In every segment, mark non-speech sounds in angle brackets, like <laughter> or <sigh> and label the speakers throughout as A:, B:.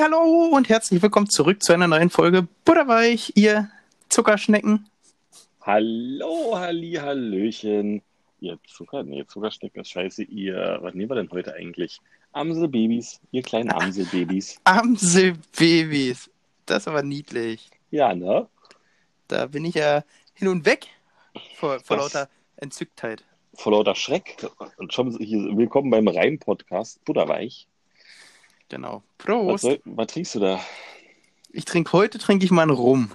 A: hallo und herzlich willkommen zurück zu einer neuen Folge Butterweich, ihr Zuckerschnecken.
B: Hallo, Halli, Hallöchen. Ihr Zucker, nee, Zuckerschnecken ist scheiße. Ihr, was nehmen wir denn heute eigentlich? Amselbabys, ihr
A: <laughs>
B: kleinen Amselbabys.
A: Amselbabys. Das ist aber niedlich.
B: Ja, ne?
A: Da bin ich ja hin und weg vor, vor
B: Das-
A: lauter Entzücktheit.
B: Vor lauter Schreck. Und schon hier, willkommen beim Reim-Podcast Butterweich.
A: Genau.
B: Was,
A: Prost.
B: soll, was trinkst du da?
A: Ich trinke heute, trinke ich mal einen Rum.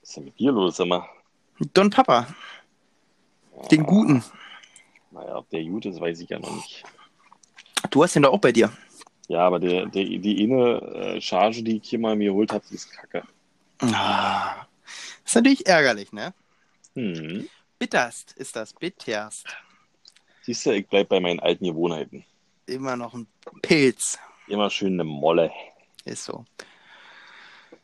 B: Was ist denn mit dir los immer?
A: Don Papa,
B: Oh.
A: den guten.
B: Naja, ob der gut ist, weiß ich ja noch nicht.
A: Du hast den doch auch bei dir.
B: Ja, aber der, der, die eine äh, Charge, die ich hier mal mir geholt habe, die ist kacke.
A: Ah. Ist natürlich ärgerlich, ne?
B: Hm.
A: Bitterst ist das, bitterst.
B: Siehst du, ich bleib bei meinen alten Gewohnheiten.
A: Immer noch ein Pilz.
B: Immer schön eine Molle.
A: Ist so.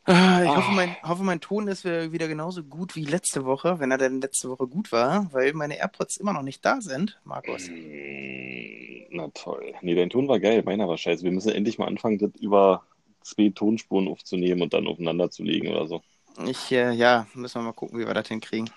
A: Ah, Ich
B: Ah.
A: hoffe mein, hoffe, mein Ton ist wieder wieder genauso gut wie letzte Woche, wenn er denn letzte Woche gut war, weil meine AirPods immer noch nicht da sind, Markus.
B: Mm, Na toll. Nee, dein Ton war geil, meiner war scheiße. Wir müssen endlich mal anfangen, das über zwei Tonspuren aufzunehmen und dann aufeinander zu legen oder so.
A: Ich, äh, ja, müssen wir mal gucken, wie wir das hinkriegen.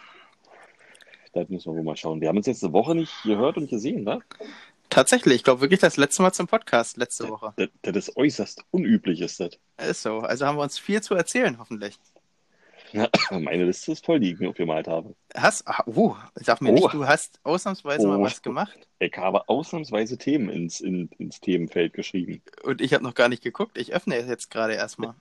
B: Da müssen wir wohl mal schauen. Wir haben uns jetzt eine Woche nicht gehört und gesehen, ne? wa?
A: Tatsächlich, ich glaube wirklich das letzte Mal zum Podcast letzte Woche.
B: Das, das ist äußerst unüblich, ist das. <clears throat>
A: Ist so. Also haben wir uns viel zu erzählen, hoffentlich.
B: Meine Liste ist voll, die ich mir aufgemalt habe.
A: Hast, ah, oh, sag mir
B: Oh.
A: nicht, du hast ausnahmsweise mal
B: Oh.
A: was gemacht
B: Ich habe ausnahmsweise Themen ins, in, ins Themenfeld geschrieben.
A: und ich habe noch gar nicht geguckt. Ich öffne es jetzt gerade
B: <laughs>
A: erstmal.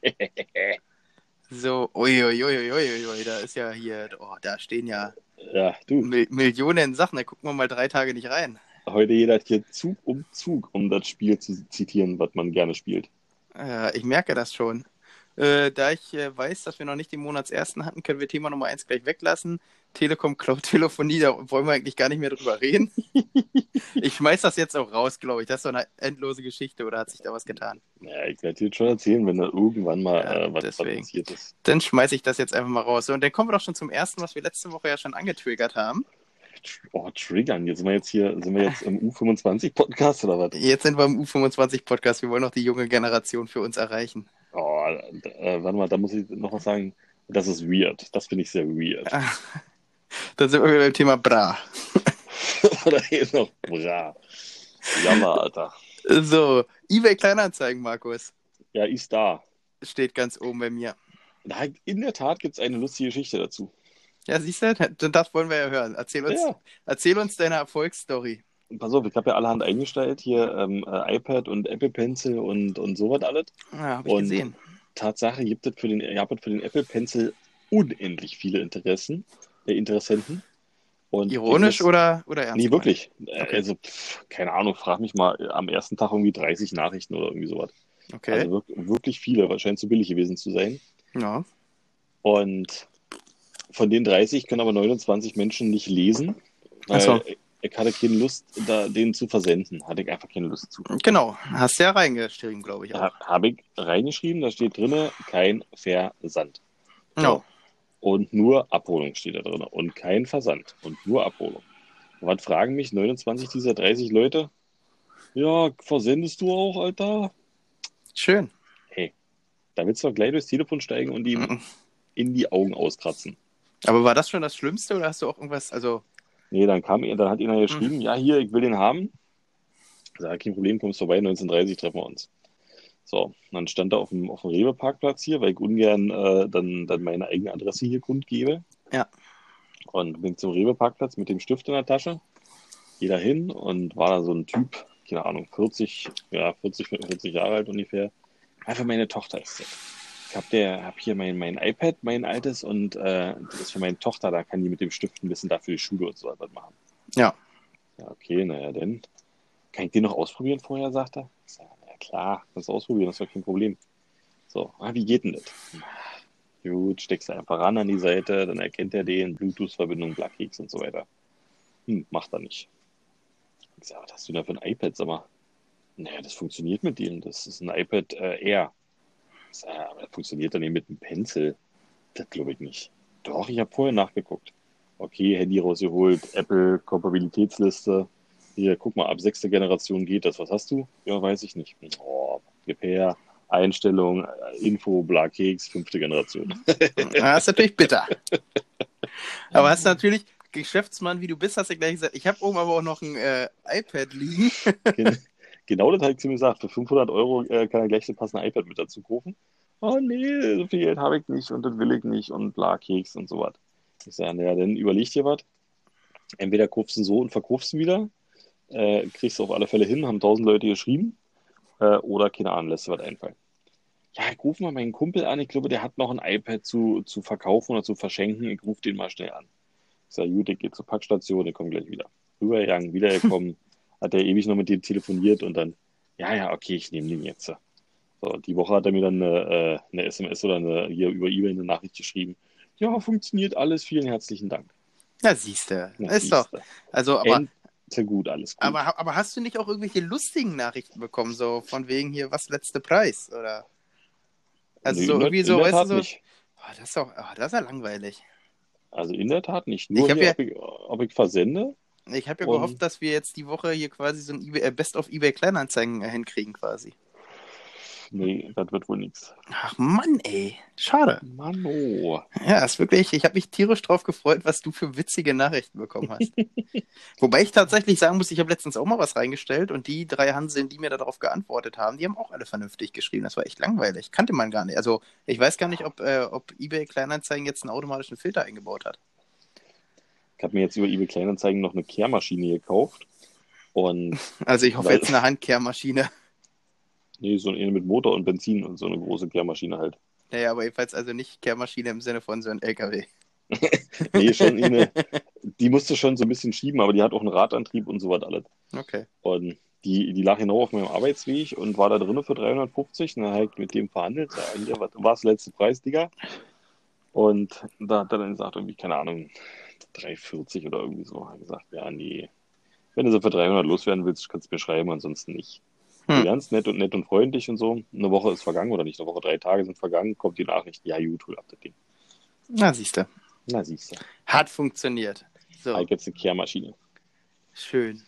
A: So, uiuiuiuiui, da ist ja hier, oh, da stehen ja
B: Ja, du,
A: Mil Millionen Sachen, da gucken wir mal drei Tage nicht rein.
B: heute jeder hat hier Zug um Zug, um das Spiel zu zitieren, was man gerne spielt.
A: Äh, ich merke das schon. Äh, da ich äh, weiß, dass wir noch nicht den Monatsersten hatten, können wir Thema Nummer eins gleich weglassen. Telekom Cloud Telefonie, da wollen wir eigentlich gar nicht mehr drüber reden. <laughs> ich schmeiß das jetzt auch raus, glaube ich. Das ist so eine endlose Geschichte oder hat sich da was getan?
B: Ja, ich werde dir jetzt schon erzählen, wenn da irgendwann mal
A: Ja,
B: äh, was, was
A: deswegen.
B: passiert ist.
A: Dann schmeiße ich das jetzt einfach mal raus. So, und dann kommen wir doch schon zum ersten, was wir letzte Woche ja schon angetriggert haben.
B: Oh, triggern. Jetzt sind wir jetzt hier, sind wir jetzt im U25-Podcast oder was?
A: Jetzt sind wir im U25-Podcast. Wir wollen noch die junge Generation für uns erreichen.
B: Oh, äh, warte mal, da muss ich noch was sagen. Das ist weird. Das finde ich sehr weird.
A: Dann sind wir wieder beim Thema Bra.
B: <laughs> Oder ist noch bra. Jammer, Alter.
A: So, eBay Kleinanzeigen, Markus,
B: Ja, ist da.
A: steht ganz oben bei mir.
B: Na, In der Tat gibt es eine lustige Geschichte dazu.
A: Ja, siehst du, <laughs> das das wollen wir ja hören. Erzähl uns,
B: Ja.
A: erzähl uns deine Erfolgsstory.
B: Pass auf, ich habe ja allerhand eingestellt. Hier ähm, äh, iPad und Apple Pencil und, und sowas alles.
A: Ja, Ah, hab ich
B: Und-
A: gesehen.
B: Tatsache gibt es für den, ihr habt für den Apple Pencil unendlich viele Interessen, äh, Interessenten. Und
A: Ironisch
B: dieses-
A: oder, oder ernst?
B: Nee,
A: gemeint?
B: wirklich. Äh,
A: Okay.
B: Also, pff, keine Ahnung, frag mich mal äh, am ersten Tag irgendwie 30 Nachrichten oder irgendwie sowas.
A: Okay.
B: Also wirklich, wirklich viele, wahrscheinlich zu billig gewesen zu sein.
A: ja.
B: Und von den 30 können aber 29 Menschen nicht lesen, weil
A: Ach so.
B: ich hatte keine Lust, da denen zu versenden. Hatte ich einfach keine Lust zu.
A: Genau, hast ja reingeschrieben, glaube ich. Auch.
B: Ha, Habe ich reingeschrieben, da steht drinne kein Versand. genau.
A: Ja.
B: Und nur Abholung steht da drin. Und kein Versand. Und nur Abholung. Was fragen mich 29 dieser 30 Leute? Ja, versendest du auch, Alter?
A: Schön.
B: Da willst du doch gleich durchs Telefon steigen und ihm in die Augen auskratzen.
A: Mhm. Aber war das schon das Schlimmste oder hast du auch irgendwas? Also, <laughs>
B: Nee, dann kam er, dann hat einer geschrieben, ja, hier, ich will den haben. Sag, kein Problem, kommst vorbei, 1930 treffen wir uns. So, dann stand er auf dem, auf dem Rewe-Parkplatz hier, weil ich ungern äh, dann, dann meine eigene Adresse hier kundgebe.
A: Ja.
B: Und bin zum Rewe-Parkplatz mit dem Stift in der Tasche, geh da hin und war da so ein Typ, keine Ahnung, 40, ja, 40, 45 Jahre alt ungefähr. Einfach meine Tochter ist das. Ich hab, der, hab hier mein, mein iPad, mein altes, und äh, das ist für meine Tochter, da kann die mit dem Stift ein bisschen dafür die Schule und so weiter machen.
A: Ja.
B: Ja, okay, naja, denn. Kann ich den noch ausprobieren vorher, sagt er? Ich sag, ja klar, kannst du ausprobieren, das ist doch kein Problem. So, ah, wie geht denn das? Gut, steckst du einfach ran an die Seite, dann erkennt er den, Bluetooth-Verbindung, Blackkeks und so weiter. Hm, macht er nicht. Ich sag, was hast du denn da für ein iPad, sag mal? Naja, das funktioniert mit dem, das ist ein iPad äh, Air. Ich sag, ja, aber das funktioniert dann eben mit einem Pencil. Das glaube ich nicht. Doch, ich habe vorher nachgeguckt. Okay, Handy rausgeholt, Apple, Kompatibilitätsliste. Hier, guck mal, ab sechster Generation geht das. Was hast du? Ja, weiß ich nicht. Oh, gib her. Einstellung, äh, Info, Blackkeks, fünfte Generation.
A: Das ist natürlich
B: <laughs>
A: bitter. Aber hast natürlich, Geschäftsmann wie du bist, hast du gleich gesagt, ich habe oben aber auch noch ein äh, iPad liegen.
B: Gen- genau das habe ich zu mir gesagt. Für 500 Euro äh, kann er gleich das passende iPad mit dazu kaufen. Oh nee, so viel Geld habe ich nicht und das will ich nicht und bla, Keks und so was. Ich sage, naja, dann überleg dir was. Entweder kaufst du ihn so und verkaufst ihn wieder, äh, kriegst du auf alle Fälle hin, haben tausend Leute geschrieben, äh, oder keine Ahnung, lässt dir was einfallen. Ja, ich rufe mal meinen Kumpel an, ich glaube, der hat noch ein iPad zu, zu verkaufen oder zu verschenken, ich rufe den mal schnell an. Ich sage, gut, ich gehe zur Packstation, ich komme gleich wieder. Rübergegangen, wiedergekommen, hat er ewig noch mit dem telefoniert und dann, ja, ja, okay, ich nehme den jetzt. So, die Woche hat er mir dann eine, äh, eine SMS oder eine, hier über E-Mail eine Nachricht geschrieben. Ja, funktioniert alles, vielen herzlichen Dank.
A: Ja, siehst du.
B: Na,
A: Ist doch.
B: siehste.
A: Also, aber,
B: Ente gut, alles gut.
A: aber, aber hast du nicht auch irgendwelche lustigen Nachrichten bekommen, so von wegen hier, was letzte Preis? Oder? Also,
B: Nee,
A: so
B: in der-
A: irgendwie
B: in
A: so,
B: der
A: weißt du,
B: Tat
A: so.
B: nicht.
A: Ah, das, ist doch, ah, das ist ja langweilig.
B: Also in der Tat nicht. Nur
A: Ich hab
B: hier,
A: ja-
B: ob, ich, ob ich versende.
A: Ich habe ja
B: Und-
A: gehofft, dass wir jetzt die Woche hier quasi so ein eBay, äh, Best of eBay Kleinanzeigen äh, hinkriegen, quasi.
B: Nee, das wird wohl nichts.
A: Ach Mann, ey. Schade.
B: Mann, oh.
A: Ja, ist wirklich, ich habe mich tierisch drauf gefreut, was du für witzige Nachrichten bekommen hast. Wobei ich tatsächlich sagen muss, ich habe letztens auch mal was reingestellt und die drei Hanseln, die mir darauf geantwortet haben, die haben auch alle vernünftig geschrieben. Das war echt langweilig. Kannte man gar nicht. Also ich weiß gar nicht, ob, äh, ob eBay Kleinanzeigen jetzt einen automatischen Filter eingebaut hat.
B: Ich habe mir jetzt über eBay Kleinanzeigen noch eine Kehrmaschine gekauft. Und
A: Also ich hoffe
B: Weil-
A: jetzt eine Handkehrmaschine. <laughs>
B: nee, so eine mit Motor und Benzin und so eine große Kehrmaschine halt.
A: Naja, aber jedenfalls also nicht Kehrmaschine im Sinne von so ein LKW.
B: Nee, schon eine, die musste schon so ein bisschen schieben, aber die hat auch einen Radantrieb und sowas alles.
A: Okay.
B: Und die, die lag genau auf meinem Arbeitsweg und war da drinne für 350. Und dann halt mit dem verhandelt. Sag, Hier, was war's letzte Preis, Digga? Und da hat er dann gesagt, irgendwie, keine Ahnung, 340 oder irgendwie so. Hat gesagt, ja, nee. Wenn du so für 300 loswerden willst, kannst du mir schreiben, ansonsten nicht.
A: Hm.
B: Ganz nett und nett und freundlich und so. Eine Woche ist vergangen oder nicht? Eine Woche, drei Tage sind vergangen. Kommt die Nachricht, ja, gut, hol ab das Ding.
A: Na, siehst du.
B: Na, siehst du.
A: Hat funktioniert. So.
B: Halt jetzt eine Kehrmaschine.
A: Schön.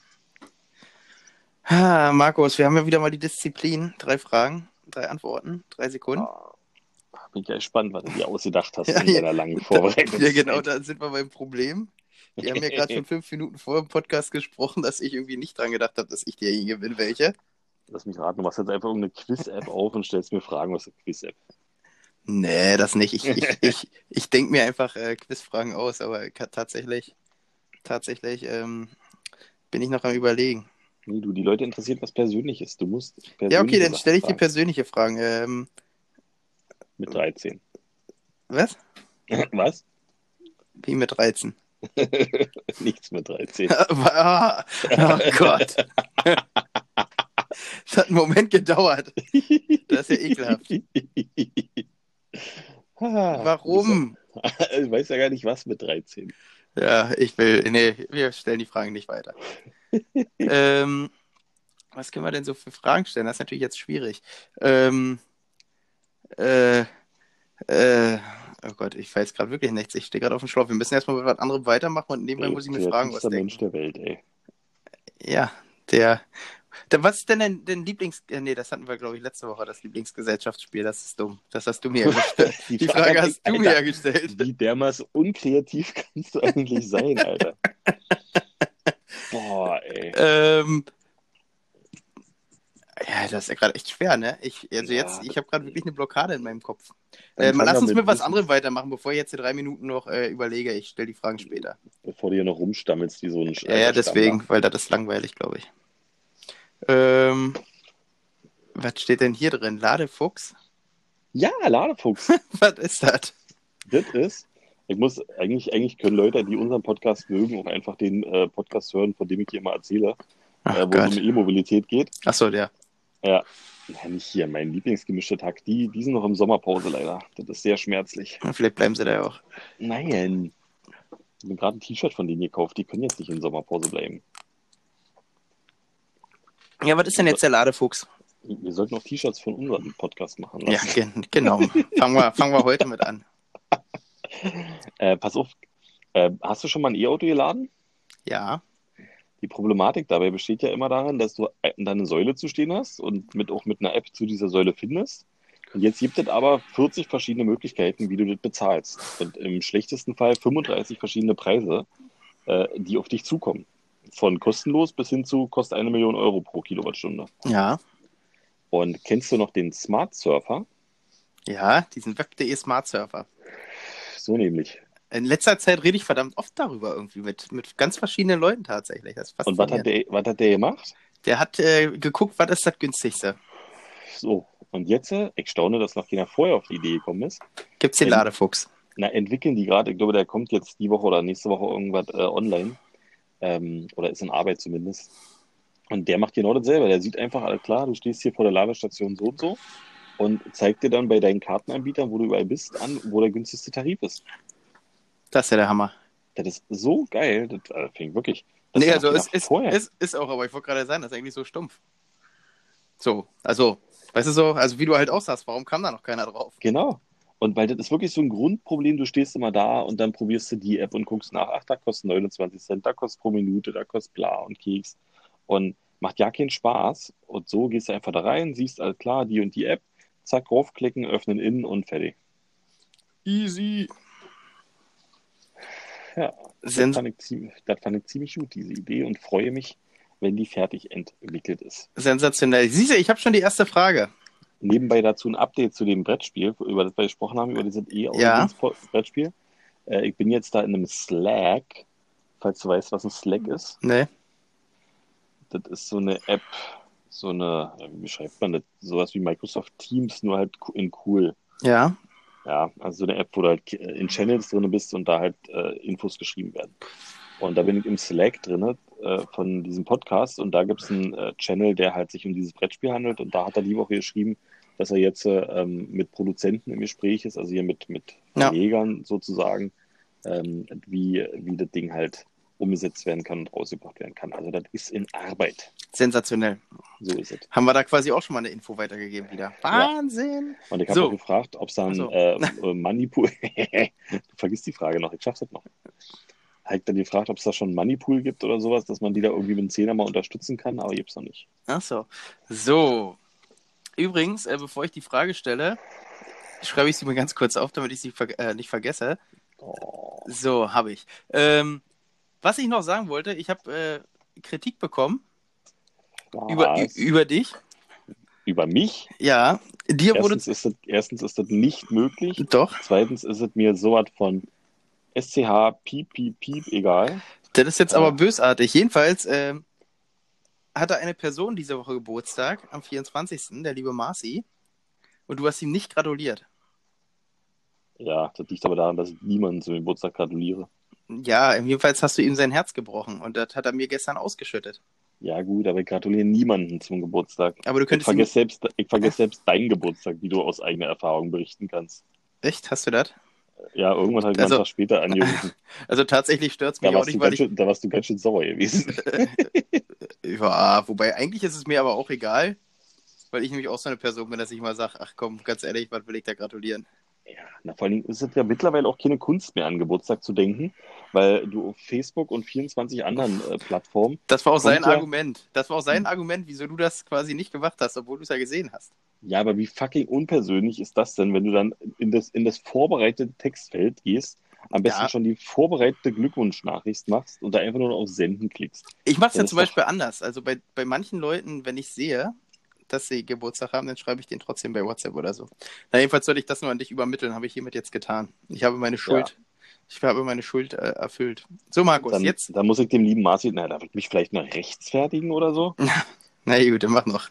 A: Ah, Markus, wir haben ja wieder mal die Disziplin. Drei Fragen, drei Antworten, drei Sekunden.
B: Ah, Bin gleich gespannt, was du dir ausgedacht
A: <laughs>
B: hast
A: Ja,
B: in
A: ja.
B: deiner langen Vorbereitung.
A: ja, genau, da sind wir beim Problem. Wir haben ja gerade schon fünf Minuten vor dem Podcast gesprochen, dass ich irgendwie nicht dran gedacht habe, dass ich derjenige bin, welche.
B: Lass mich raten, du machst jetzt einfach irgendeine Quiz-App auf und stellst mir Fragen aus der Quiz-App.
A: Nee, das nicht. Ich, ich, ich, ich denke mir einfach äh, Quizfragen aus, aber ka- tatsächlich, tatsächlich ähm, bin ich noch am Überlegen.
B: Nee, du, die Leute interessiert was Persönliches. Du musst persönliche
A: Ja, okay, dann
B: Sachen
A: stelle ich die
B: fragen.
A: persönliche Frage. Ähm,
B: Mit 13.
A: was?
B: <laughs> Was? <laughs>
A: Wie mit 13?
B: Nichts mit 13.
A: Ah, <laughs> oh Gott. Es hat einen Moment gedauert. Das ist ja
B: <laughs>
A: ekelhaft.
B: Ah,
A: Warum?
B: du bist ja- <laughs> Ich weiß ja gar nicht, was mit 13.
A: Ja, ich will. Nee, wir stellen die Fragen nicht
B: <laughs>
A: weiter. ähm, was können wir denn so für Fragen stellen? Das ist natürlich jetzt schwierig. Ähm, äh, äh, oh Gott, ich weiß gerade wirklich nichts. Ich stehe gerade auf dem Schlauch. Wir müssen erstmal mit was anderem weitermachen und nebenbei muss ich mir Fragen was
B: der Mensch
A: denken.
B: der Welt, ey.
A: Ja, der. der was ist denn dein, dein Lieblings. äh, Nee, das hatten wir, glaube ich, letzte Woche, das Lieblingsgesellschaftsspiel. Das ist dumm. Das hast du mir gestellt. <laughs> <laughs> Die Frage hast du mir
B: Alter,
A: gestellt.
B: <laughs> Wie dermaßen unkreativ <laughs> kannst du eigentlich sein, Alter? Boah, ey.
A: Ähm, ja, das ist ja gerade echt schwer, ne? Ich, also
B: Ja,
A: jetzt, ich
B: das-
A: habe gerade wirklich eine Blockade in meinem Kopf.
B: Dann
A: Ähm,
B: fang
A: lass
B: mal
A: uns mit was
B: Wissen,
A: anderem weitermachen, bevor ich jetzt hier drei Minuten noch äh, überlege. Ich stelle die Fragen später.
B: Bevor du hier noch rumstammelst, wie so ein
A: Ja, ja, deswegen, weil das ist langweilig, glaube ich. Ähm, was steht denn hier drin? Ladefuchs? <laughs>
B: Ja, Ladefuchs.
A: Was ist das?
B: Das ist, ich muss, eigentlich, eigentlich können Leute, die unseren Podcast mögen, auch einfach den äh, Podcast hören, von dem ich hier immer erzähle,
A: Ach
B: äh, wo es
A: Gott.
B: um E-Mobilität geht.
A: Achso, der.
B: Ja, nicht hier, mein Lieblingsgemischter Tag. Die, die sind noch im Sommerpause leider. Das ist sehr schmerzlich.
A: Na, Vielleicht bleiben sie da ja auch.
B: Nein. Ich habe gerade ein T-Shirt von denen gekauft. Die können jetzt nicht in Sommerpause bleiben.
A: Ja, was ist denn jetzt der Ladefuchs?
B: Wir sollten auch T-Shirts von unserem Podcast machen
A: Ja,
B: lassen.
A: gen genau. fangen, wir, fangen wir heute mit an.
B: Äh, pass auf, äh, hast du schon mal ein E-Auto geladen?
A: Ja.
B: Die Problematik dabei äh, besteht ja immer darin, dass du deine Säule zu stehen hast und mit, auch mit einer App zu dieser Säule findest. Und jetzt gibt es aber 40 verschiedene Möglichkeiten, wie du das bezahlst. Und im schlechtesten Fall 35 verschiedene Preise, äh, die auf dich zukommen. Von kostenlos bis hin zu kostet eine Million Euro pro Kilowattstunde.
A: Ja.
B: Und kennst du noch den Smart Surfer?
A: Ja, diesen web.de Smart Surfer.
B: So nämlich.
A: In letzter Zeit rede ich verdammt oft darüber irgendwie mit, mit ganz verschiedenen Leuten tatsächlich. Das ist
B: Und was hat
A: faszinierend.
B: der, was hat der gemacht?
A: Der hat äh, geguckt, was ist das günstigste?
B: So, und jetzt, äh, ich staune, dass noch keiner vorher auf die Idee gekommen ist.
A: Gibt's den
B: Ja.
A: Ladefuchs?
B: Na, entwickeln die gerade, ich glaube, der kommt jetzt die Woche oder nächste Woche irgendwas äh, online. Ähm, oder ist in Arbeit zumindest. Und der macht genau dasselbe. Der sieht einfach, alles klar, du stehst hier vor der Ladestation so und so und zeigt dir dann bei deinen Kartenanbietern, wo du überall bist, an, wo der günstigste Tarif ist.
A: Das ist ja der Hammer.
B: Das ist so geil. Das äh, fing wirklich. Das
A: Nee,
B: macht
A: also
B: man
A: es ist,
B: vorher.
A: ist, ist auch, aber ich wollte gerade sagen, das ist eigentlich so stumpf. So, also, weißt du so, also wie du halt auch sagst, warum kam da noch keiner drauf?
B: Genau. Und weil das ist wirklich so ein Grundproblem, du stehst immer da und dann probierst du die App und guckst nach, ach, da kostet 29 Cent, da kostet pro Minute, da kostet bla und Keks. Und macht ja keinen Spaß. Und so gehst du einfach da rein, siehst, alles klar, die und die App, zack, raufklicken, öffnen innen und fertig.
A: Easy.
B: Ja, Das
A: Sens
B: fand, ich ziemlich, das fand ich ziemlich gut, diese Idee, und freue mich, wenn die fertig entwickelt ist.
A: sensationell. Siehst du, ich habe schon die erste Frage.
B: Nebenbei dazu ein Update zu dem Brettspiel, über das wir gesprochen haben, über dieses
A: Ja.
B: E-Brettspiel. Äh, ich bin jetzt da in einem Slack, falls du weißt, was ein Slack ist.
A: Nee.
B: Das ist so eine App, so eine, ja, wie beschreibt man das? Sowas wie Microsoft Teams, nur halt co- in cool.
A: Ja.
B: Ja, also so eine App, wo du halt äh, in Channels drin bist und da halt äh, Infos geschrieben werden. Und da bin ich im Slack drin äh, von diesem Podcast und da gibt es einen äh, Channel, der halt sich um dieses Brettspiel handelt und da hat er die Woche geschrieben, dass er jetzt äh, ähm, mit Produzenten im Gespräch ist, also hier mit, mit
A: Ja.
B: Verlegern sozusagen, ähm, wie, wie das Ding halt umgesetzt werden kann und rausgebracht werden kann. Also das ist in Arbeit.
A: Sensationell.
B: So ist es.
A: Haben wir da quasi auch schon mal eine Info weitergegeben wieder. Wahnsinn.
B: Und ich habe
A: So. Also.
B: auch gefragt, ob es dann
A: Ach so.
B: äh, äh, Moneypool. <laughs> du vergisst die Frage noch, ich schaff's das noch. Habe ich dann gefragt, ob es da schon einen Moneypool gibt oder sowas, dass man die da irgendwie mit dem Zehner mal unterstützen kann, aber gibt's noch nicht.
A: Ach so. So. Übrigens, äh, bevor ich die Frage stelle, schreibe ich sie mir ganz kurz auf, damit ich sie ver äh, nicht vergesse.
B: Oh,
A: So, habe ich. Ähm, was ich noch sagen wollte, ich habe äh, Kritik bekommen
B: Oh,
A: über, ü-
B: was?
A: über dich.
B: über mich?
A: Ja, dir wurde.
B: Erstens ist, das, erstens ist das nicht möglich.
A: Doch,
B: Zweitens ist es mir sowas von SCH, piep, piep, piep, egal.
A: das ist jetzt
B: Ah.
A: aber bösartig. Jedenfalls ähm, hatte eine Person diese Woche Geburtstag, am 24., der liebe Marci. Und du hast ihm nicht gratuliert.
B: Ja, das liegt aber daran, dass ich niemandem zum Geburtstag gratuliere.
A: Ja, jedenfalls hast du ihm sein Herz gebrochen. Und das hat er mir gestern ausgeschüttet.
B: Ja, gut, aber ich gratuliere niemandem zum Geburtstag.
A: Aber du Äh.
B: Ich
A: könntest ihm.
B: vergesse, selbst, ich vergesse selbst deinen Geburtstag, wie du aus eigener Erfahrung berichten kannst.
A: Echt, hast du das?
B: Ja, irgendwann habe ich
A: Also-
B: mal einen Tag
A: <laughs>
B: später angerufen.
A: Also tatsächlich stört es mich
B: Da
A: auch
B: warst,
A: nicht,
B: du
A: weil
B: ganz
A: ich.
B: schön, da warst du ganz schön
A: <laughs>
B: sauer gewesen.
A: Ja, wobei eigentlich ist es mir aber auch egal. Weil ich nämlich auch so eine Person bin, dass ich mal sage, ach komm, ganz ehrlich, was will ich da gratulieren?
B: Ja, na, vor allen Dingen ist es ja mittlerweile auch keine Kunst mehr, an Geburtstag zu denken, weil du auf Facebook und 24 anderen äh, Plattformen,
A: Das war auch
B: Kommt
A: sein
B: ja. Hm.
A: Argument. Das war auch sein Argument, wieso du das quasi nicht gemacht hast, obwohl du es ja gesehen hast.
B: ja, aber wie fucking unpersönlich ist das denn, wenn du dann in das, in das vorbereitete Textfeld gehst, am besten
A: Ja.
B: schon die vorbereitete Glückwunschnachricht machst und da einfach nur auf Senden klickst.
A: Ich mache es
B: Ja,
A: ja
B: das
A: zum
B: ist doch-
A: Beispiel anders. Also bei, bei manchen Leuten, wenn ich sehe, dass sie Geburtstag haben, dann schreibe ich den trotzdem bei WhatsApp oder so. Na, jedenfalls sollte ich das nur an dich übermitteln, habe ich hiermit jetzt getan. Ich habe meine Schuld, ich habe meine Schuld äh, erfüllt. So, Markus,
B: Dann,
A: jetzt.
B: dann muss ich dem lieben Marci, na, darf ich mich vielleicht noch rechtfertigen oder so?
A: Na gut, dann mach noch.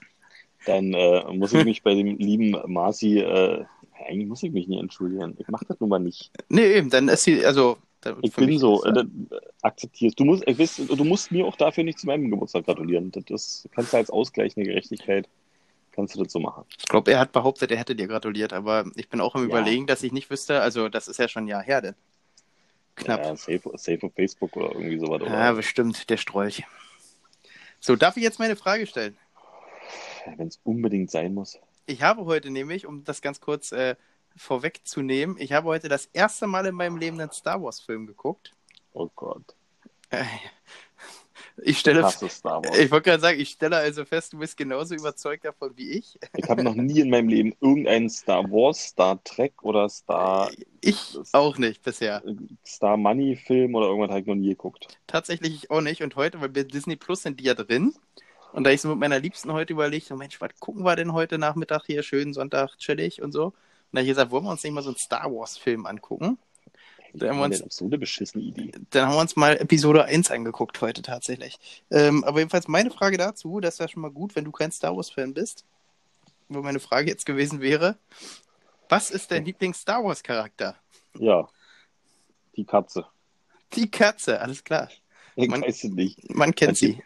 B: Dann äh, muss ich mich bei dem lieben Marci, äh, eigentlich muss ich mich nicht entschuldigen. Ich mache das nun mal nicht.
A: Nee, eben, dann ist sie, also. dann-
B: Ich
A: für
B: bin
A: mich
B: so,
A: ist das-
B: äh, das akzeptierst. Du musst, ich weiß, du musst mir auch dafür nicht zu meinem Geburtstag gratulieren. Das ist, kannst du als ausgleichende Gerechtigkeit, kannst du das so machen.
A: Ich glaube, er hat behauptet, er hätte dir gratuliert, aber ich bin auch am
B: Ja.
A: Überlegen, dass ich nicht wüsste. Also, das ist ja schon ein Jahr her, denn. Knapp.
B: Ja, safe, safe auf Facebook oder irgendwie sowas.
A: Ja,
B: Oder
A: bestimmt, der Strolch. So, darf ich jetzt meine Frage stellen?
B: wenn es unbedingt sein muss.
A: Ich habe heute nämlich, um das ganz kurz äh, vorwegzunehmen, ich habe heute das erste Mal in meinem Leben einen Star Wars-Film geguckt.
B: Oh Gott.
A: Äh, <laughs> Ich stelle,
B: Hast du Star Wars.
A: ich wollte gerade sagen, ich stelle also fest, du bist genauso überzeugt davon wie ich.
B: Ich habe noch nie in meinem Leben irgendeinen Star Wars, Star Trek oder Star,
A: Ich
B: Das-
A: auch nicht bisher.
B: Star Money Film oder irgendwas halt noch nie geguckt.
A: Tatsächlich ich auch nicht. Und heute, weil bei Disney Plus sind die ja drin. Und da ich so mit meiner Liebsten heute überlegt, so Mensch, was gucken wir denn heute Nachmittag hier? Schönen Sonntag, chillig und so. Und da hab ich gesagt, wollen wir uns nicht mal so einen Star Wars-Film angucken? Da haben wir uns-
B: Das ist so eine beschissene Idee.
A: Dann haben wir uns mal Episode 1 angeguckt heute tatsächlich. Ähm, aber jedenfalls meine Frage dazu, das wäre schon mal gut, wenn du kein Star Wars-Fan bist, wo meine Frage jetzt gewesen wäre, was ist dein Lieblings-Star Wars-Charakter?
B: Ja. Die Katze.
A: Die Katze, alles klar.
B: Ich
A: Man-
B: weiß es nicht.
A: Man kennt
B: Also,
A: sie.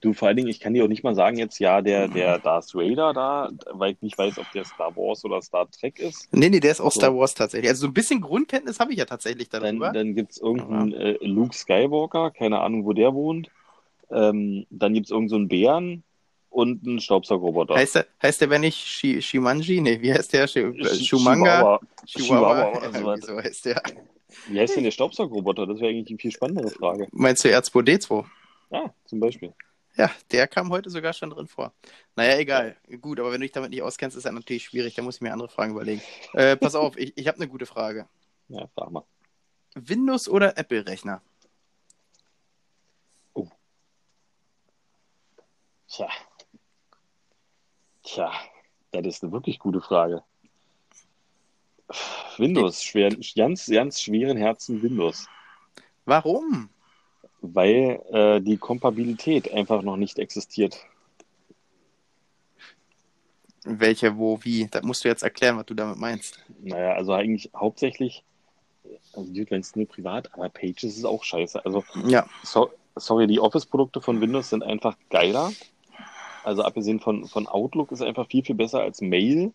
B: Du, vor allen Dingen, ich kann dir auch nicht mal sagen, jetzt ja, der,
A: Mhm.
B: der Darth Vader da, weil ich nicht weiß, ob der Star Wars oder Star Trek ist.
A: Nee, nee, der ist auch
B: So.
A: Star Wars tatsächlich. Also so ein bisschen Grundkenntnis habe ich ja tatsächlich
B: Dann,
A: darüber.
B: dann gibt es irgendeinen äh, Luke Skywalker, keine Ahnung, wo der wohnt. Ähm, dann gibt es irgendeinen so einen Bären und einen Staubsaugerroboter.
A: heißt, der, heißt der, wenn nicht Shi- Shimanji? Nee, wie heißt der? Shi- äh,
B: Sch-
A: Shumanga?
B: Chihuahua.
A: Chihuahua
B: Chihuahua oder
A: <laughs>
B: so
A: irgendwie
B: was.
A: so heißt der.
B: Wie heißt denn der Staubsaugerroboter? Das wäre eigentlich eine viel spannendere Frage.
A: Meinst du R2D2?
B: Ja, zum Beispiel.
A: Ja, der kam heute sogar schon drin vor. Naja, egal. Gut, aber wenn du dich damit nicht auskennst, ist das natürlich schwierig. Da muss ich mir andere Fragen überlegen. Äh, pass auf, ich, ich habe eine gute Frage.
B: Ja, frag mal.
A: Windows- oder Apple-Rechner?
B: Tja. Tja, das ist eine wirklich gute Frage. Windows, schwer, ganz, ganz schweren Herzen Windows,
A: Warum?
B: weil äh, die Kompatibilität einfach noch nicht existiert.
A: Welche, wo, wie? Das musst du jetzt erklären, was du damit meinst.
B: Naja, also eigentlich hauptsächlich, also gut, wenn es nur privat, aber Pages ist auch scheiße. Also,
A: Ja,
B: so, sorry, die Office-Produkte von Windows sind einfach geiler. Also abgesehen von, von Outlook ist einfach viel, viel besser als Mail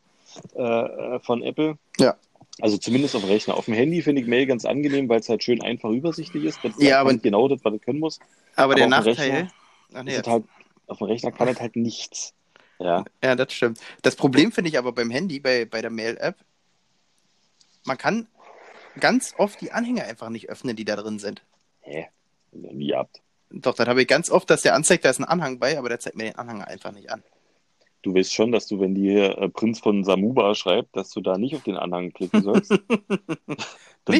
B: äh, äh, von Apple.
A: Ja.
B: Also zumindest auf dem Rechner. Auf dem Handy finde ich Mail ganz angenehm, weil es halt schön einfach übersichtlich ist. Das
A: Ja, aber-
B: kann genau das, was du können musst.
A: aber,
B: Aber
A: der
B: auf dem
A: Nachteil.
B: Rechner
A: Ach
B: Ist
A: nee,
B: es halt, auf dem Rechner kann das halt nichts. Ja.
A: Ja, das stimmt. Das Problem finde ich aber beim Handy, bei, bei der Mail-App, man kann ganz oft die Anhänger einfach nicht öffnen, die da drin sind.
B: Hä? Noch Nie gehabt.
A: Doch, das habe ich ganz oft, dass der anzeigt, da ist ein Anhang bei, aber der zeigt mir den Anhang einfach nicht an.
B: Du weißt schon, dass du, wenn dir äh, Prinz von Samuba schreibt, dass du da nicht auf den Anhang
A: <laughs>
B: klicken sollst. Damit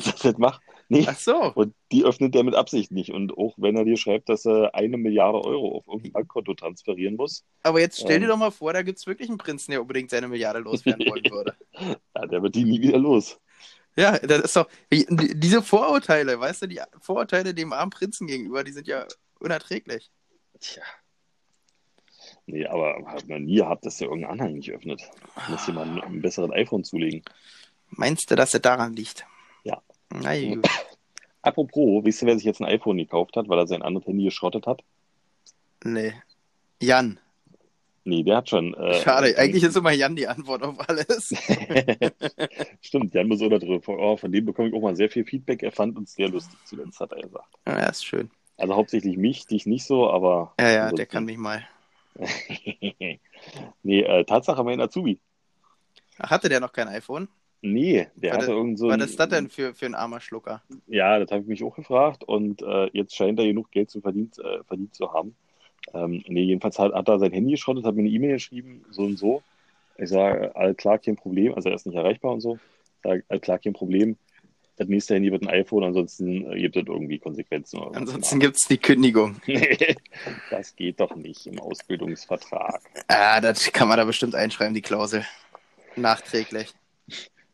A: Nicht?
B: das nicht macht. Nee.
A: Ach so.
B: Und die öffnet er mit Absicht nicht. Und auch wenn er dir schreibt, dass er eine Milliarde Euro auf irgendein Bankkonto transferieren muss,
A: Aber jetzt stell dir
B: Ähm.
A: doch mal vor, da gibt es wirklich einen Prinzen, der unbedingt seine Milliarde loswerden
B: <laughs>
A: wollen würde.
B: ja, der wird die nie wieder los.
A: Ja, das ist doch. wie- Diese Vorurteile, weißt du, die Vorurteile dem armen Prinzen gegenüber, die sind ja unerträglich.
B: Tja. Nee, aber hat man nie gehabt, dass der irgendeinen Anhang nicht öffnet. Muss jemand einen besseren iPhone zulegen.
A: Meinst du, dass er daran liegt?
B: Ja. Mhm.
A: Na gut.
B: Apropos, wisst ihr, wer sich jetzt ein iPhone gekauft hat, weil er sein anderes Handy geschrottet hat?
A: Nee. Jan.
B: Nee, der hat schon. Äh,
A: Schade, eigentlich ist immer Jan die Antwort auf
B: <laughs>
A: alles.
B: Stimmt, Jan muss auch da drüber. Oh, von dem bekomme ich auch mal sehr viel Feedback. Er fand uns sehr lustig zuletzt, hat er gesagt.
A: Ja, ist schön.
B: Also hauptsächlich mich, dich nicht so, aber. <laughs>
A: Ja, ja, der
B: ansonsten-
A: kann mich mal.
B: nee, äh, Tatsache mein Azubi.
A: Ach, hatte der noch kein iPhone?
B: Nee, der
A: War
B: hatte
A: das-
B: irgend so
A: Was
B: ein-
A: ist das denn für, für ein armer Schlucker?
B: Ja, das habe ich mich auch gefragt und äh, jetzt scheint er genug Geld zu verdient, äh, verdient zu haben. Ähm, nee, jedenfalls hat, hat er sein Handy geschrottet, hat mir eine E-Mail geschrieben, so und so. Ich sage, all klar, kein Problem. Also er ist nicht erreichbar und so. Ich sage, all klar, kein Problem. Das nächste Handy wird ein iPhone, ansonsten äh, gibt es irgendwie Konsequenzen. Oder was. <laughs>
A: Ansonsten gibt es die Kündigung.
B: Nee, das geht doch nicht im Ausbildungsvertrag.
A: Ah, das kann man da bestimmt einschreiben, die Klausel. Nachträglich.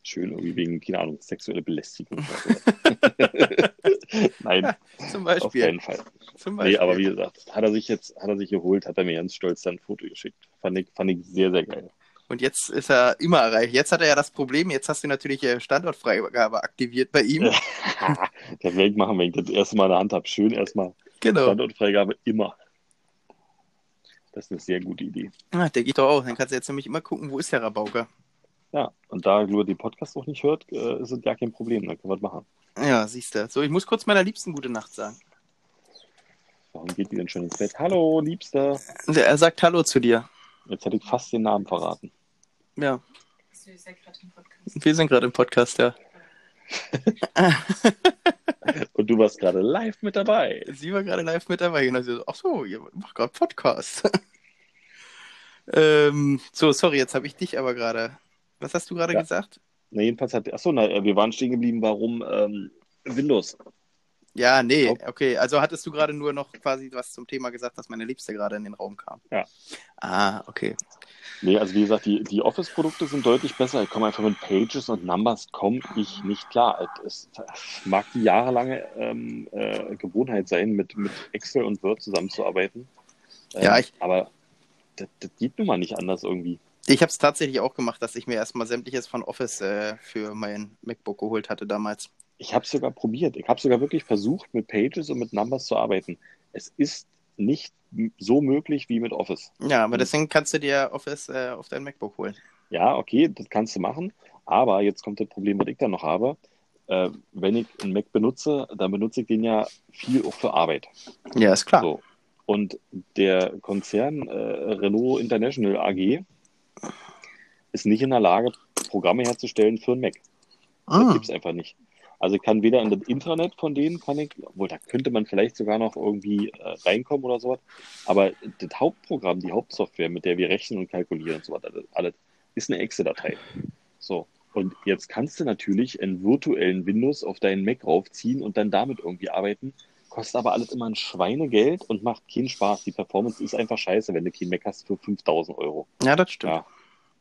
B: Schön irgendwie wegen, keine Ahnung, sexuelle Belästigung. oder so. <laughs> Nein,
A: Zum
B: auf
A: Beispiel.
B: keinen Fall.
A: Zum Beispiel.
B: Nee, aber wie gesagt, hat er sich jetzt, hat er sich geholt, hat er mir ganz stolz dann ein Foto geschickt. Fand ich, fand ich sehr,
A: <laughs>
B: sehr geil.
A: Und jetzt ist er immer erreicht. Jetzt hat er ja das Problem, jetzt hast du natürlich äh, Standortfreigabe aktiviert bei ihm.
B: Ja. das werde ich machen, wenn ich das erste Mal in der Hand habe. Schön erstmal
A: Genau.
B: Standortfreigabe immer. Das ist eine sehr gute Idee.
A: Ah, der geht doch auch. Dann kannst du jetzt nämlich immer gucken, wo ist der Rabauke.
B: Ja, und da Lua den Podcast noch nicht hört, äh, ist es ja kein Problem. Dann können wir das machen.
A: Ja, siehst du. So, ich muss kurz meiner Liebsten gute Nacht sagen.
B: Warum geht die denn schon ins Bett? Hallo, Liebster.
A: Und Er sagt Hallo zu dir.
B: Jetzt hätte ich fast den Namen verraten.
A: Ja,
C: Bist du jetzt ja gerade im Podcast?
A: wir sind gerade im Podcast, ja.
B: Und Und du warst gerade live mit dabei.
A: Sie war gerade live mit dabei. Und dann sie so, ach so, ihr macht gerade Podcast. <laughs> ähm, so, sorry, jetzt habe ich dich aber gerade. Was hast du gerade
B: Ja.
A: gesagt?
B: Na, jedenfalls hat. Achso, na, äh, wir waren stehen geblieben, warum ähm, Windows.
A: Ja, nee,
B: Oh.
A: okay. Also hattest du gerade nur noch quasi was zum Thema gesagt, dass meine Liebste gerade in den Raum kam.
B: Ja.
A: Ah, okay.
B: Nee, also wie gesagt, die, die Office-Produkte sind deutlich besser. Ich komme einfach mit Pages und Numbers, komme ich nicht klar. Es mag die jahrelange ähm, äh, Gewohnheit sein, mit, mit Excel und Word zusammenzuarbeiten. Ähm,
A: Ja, ich-
B: Aber das, das geht nun mal nicht anders irgendwie.
A: Ich habe es tatsächlich auch gemacht, dass ich mir erstmal sämtliches von Office äh, für mein MacBook geholt hatte damals.
B: Ich habe es sogar probiert. Ich habe sogar wirklich versucht, mit Pages und mit Numbers zu arbeiten. Es ist nicht m- so möglich wie mit Office.
A: Ja, aber
B: Hm.
A: deswegen kannst du dir Office äh, auf dein MacBook holen.
B: Ja, okay, das kannst du machen. Aber jetzt kommt das Problem, was ich da noch habe. Äh, wenn ich einen Mac benutze, dann benutze ich den ja viel auch für Arbeit.
A: Ja, ist klar.
B: So. Und der Konzern äh, Renault International AG ist nicht in der Lage, Programme herzustellen für einen Mac. Das
A: Ah,
B: gibt's einfach nicht. Also ich kann weder in das Intranet von denen, kann ich, obwohl da könnte man vielleicht sogar noch irgendwie äh, reinkommen oder sowas, aber das Hauptprogramm, die Hauptsoftware, mit der wir rechnen und kalkulieren und so weiter, das alles, ist eine Excel-Datei. So. Und jetzt kannst du natürlich einen virtuellen Windows auf deinen Mac raufziehen und dann damit irgendwie arbeiten. Kostet aber alles immer ein Schweinegeld und macht keinen Spaß. Die Performance ist einfach scheiße, wenn du keinen Mac hast für 5000 Euro.
A: ja, das stimmt.
B: Ja.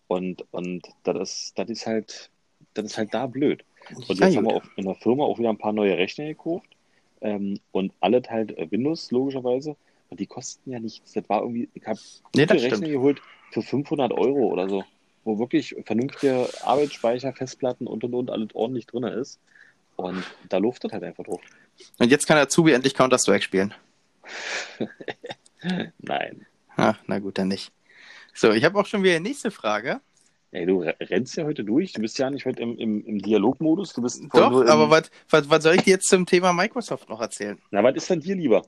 B: Und, und das, ist, das ist halt, das ist halt da blöd. Und
A: Ja,
B: jetzt haben
A: Ah, gut.
B: wir auch in der Firma auch wieder ein paar neue Rechner gekauft. Ähm, und alle halt äh, Windows, logischerweise. Und die kosten ja nichts. Das war irgendwie, ich habe
A: nee,
B: gute
A: das
B: Rechner
A: stimmt.
B: geholt für 500 Euro oder so. Wo wirklich vernünftige Arbeitsspeicher, Festplatten und und und alles ordentlich drin ist. Und da luftet halt einfach drauf.
A: Und jetzt kann Azubi endlich Counter-Strike spielen.
B: Nein.
A: Ach, Ah, na gut, dann nicht. So, ich habe auch schon wieder die nächste Frage.
B: Ey, du re- rennst ja heute durch. Du bist ja nicht heute im, im, im Dialogmodus. Du bist voll nur
A: Doch,
B: im,
A: aber was- was was soll ich dir jetzt zum Thema Microsoft noch erzählen?
B: Na, was ist denn dir lieber?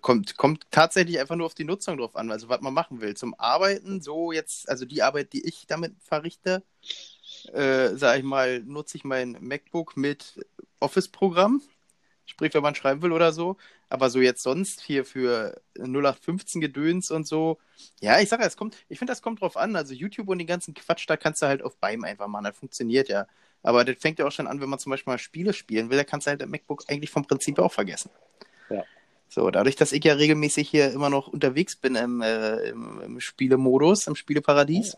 A: Kommt, kommt tatsächlich einfach nur auf die Nutzung drauf an, also was man machen will. Zum Arbeiten, so jetzt, also die Arbeit, die ich damit verrichte, äh, sage ich mal, nutze ich mein MacBook mit Office-Programm, sprich, wenn man schreiben will oder so. Aber so jetzt sonst hier für 0815-Gedöns und so, ja, ich sage ja, es kommt, ich finde, das kommt drauf an. Also YouTube und den ganzen Quatsch, da kannst du halt auf BIM einfach machen, das funktioniert ja. Aber das fängt ja auch schon an, wenn man zum Beispiel mal Spiele spielen will, da kannst du halt im MacBook eigentlich vom Prinzip auch vergessen.
B: Ja.
A: So, dadurch, dass ich ja regelmäßig hier immer noch unterwegs bin im, äh, im, im Spielemodus, im Spieleparadies,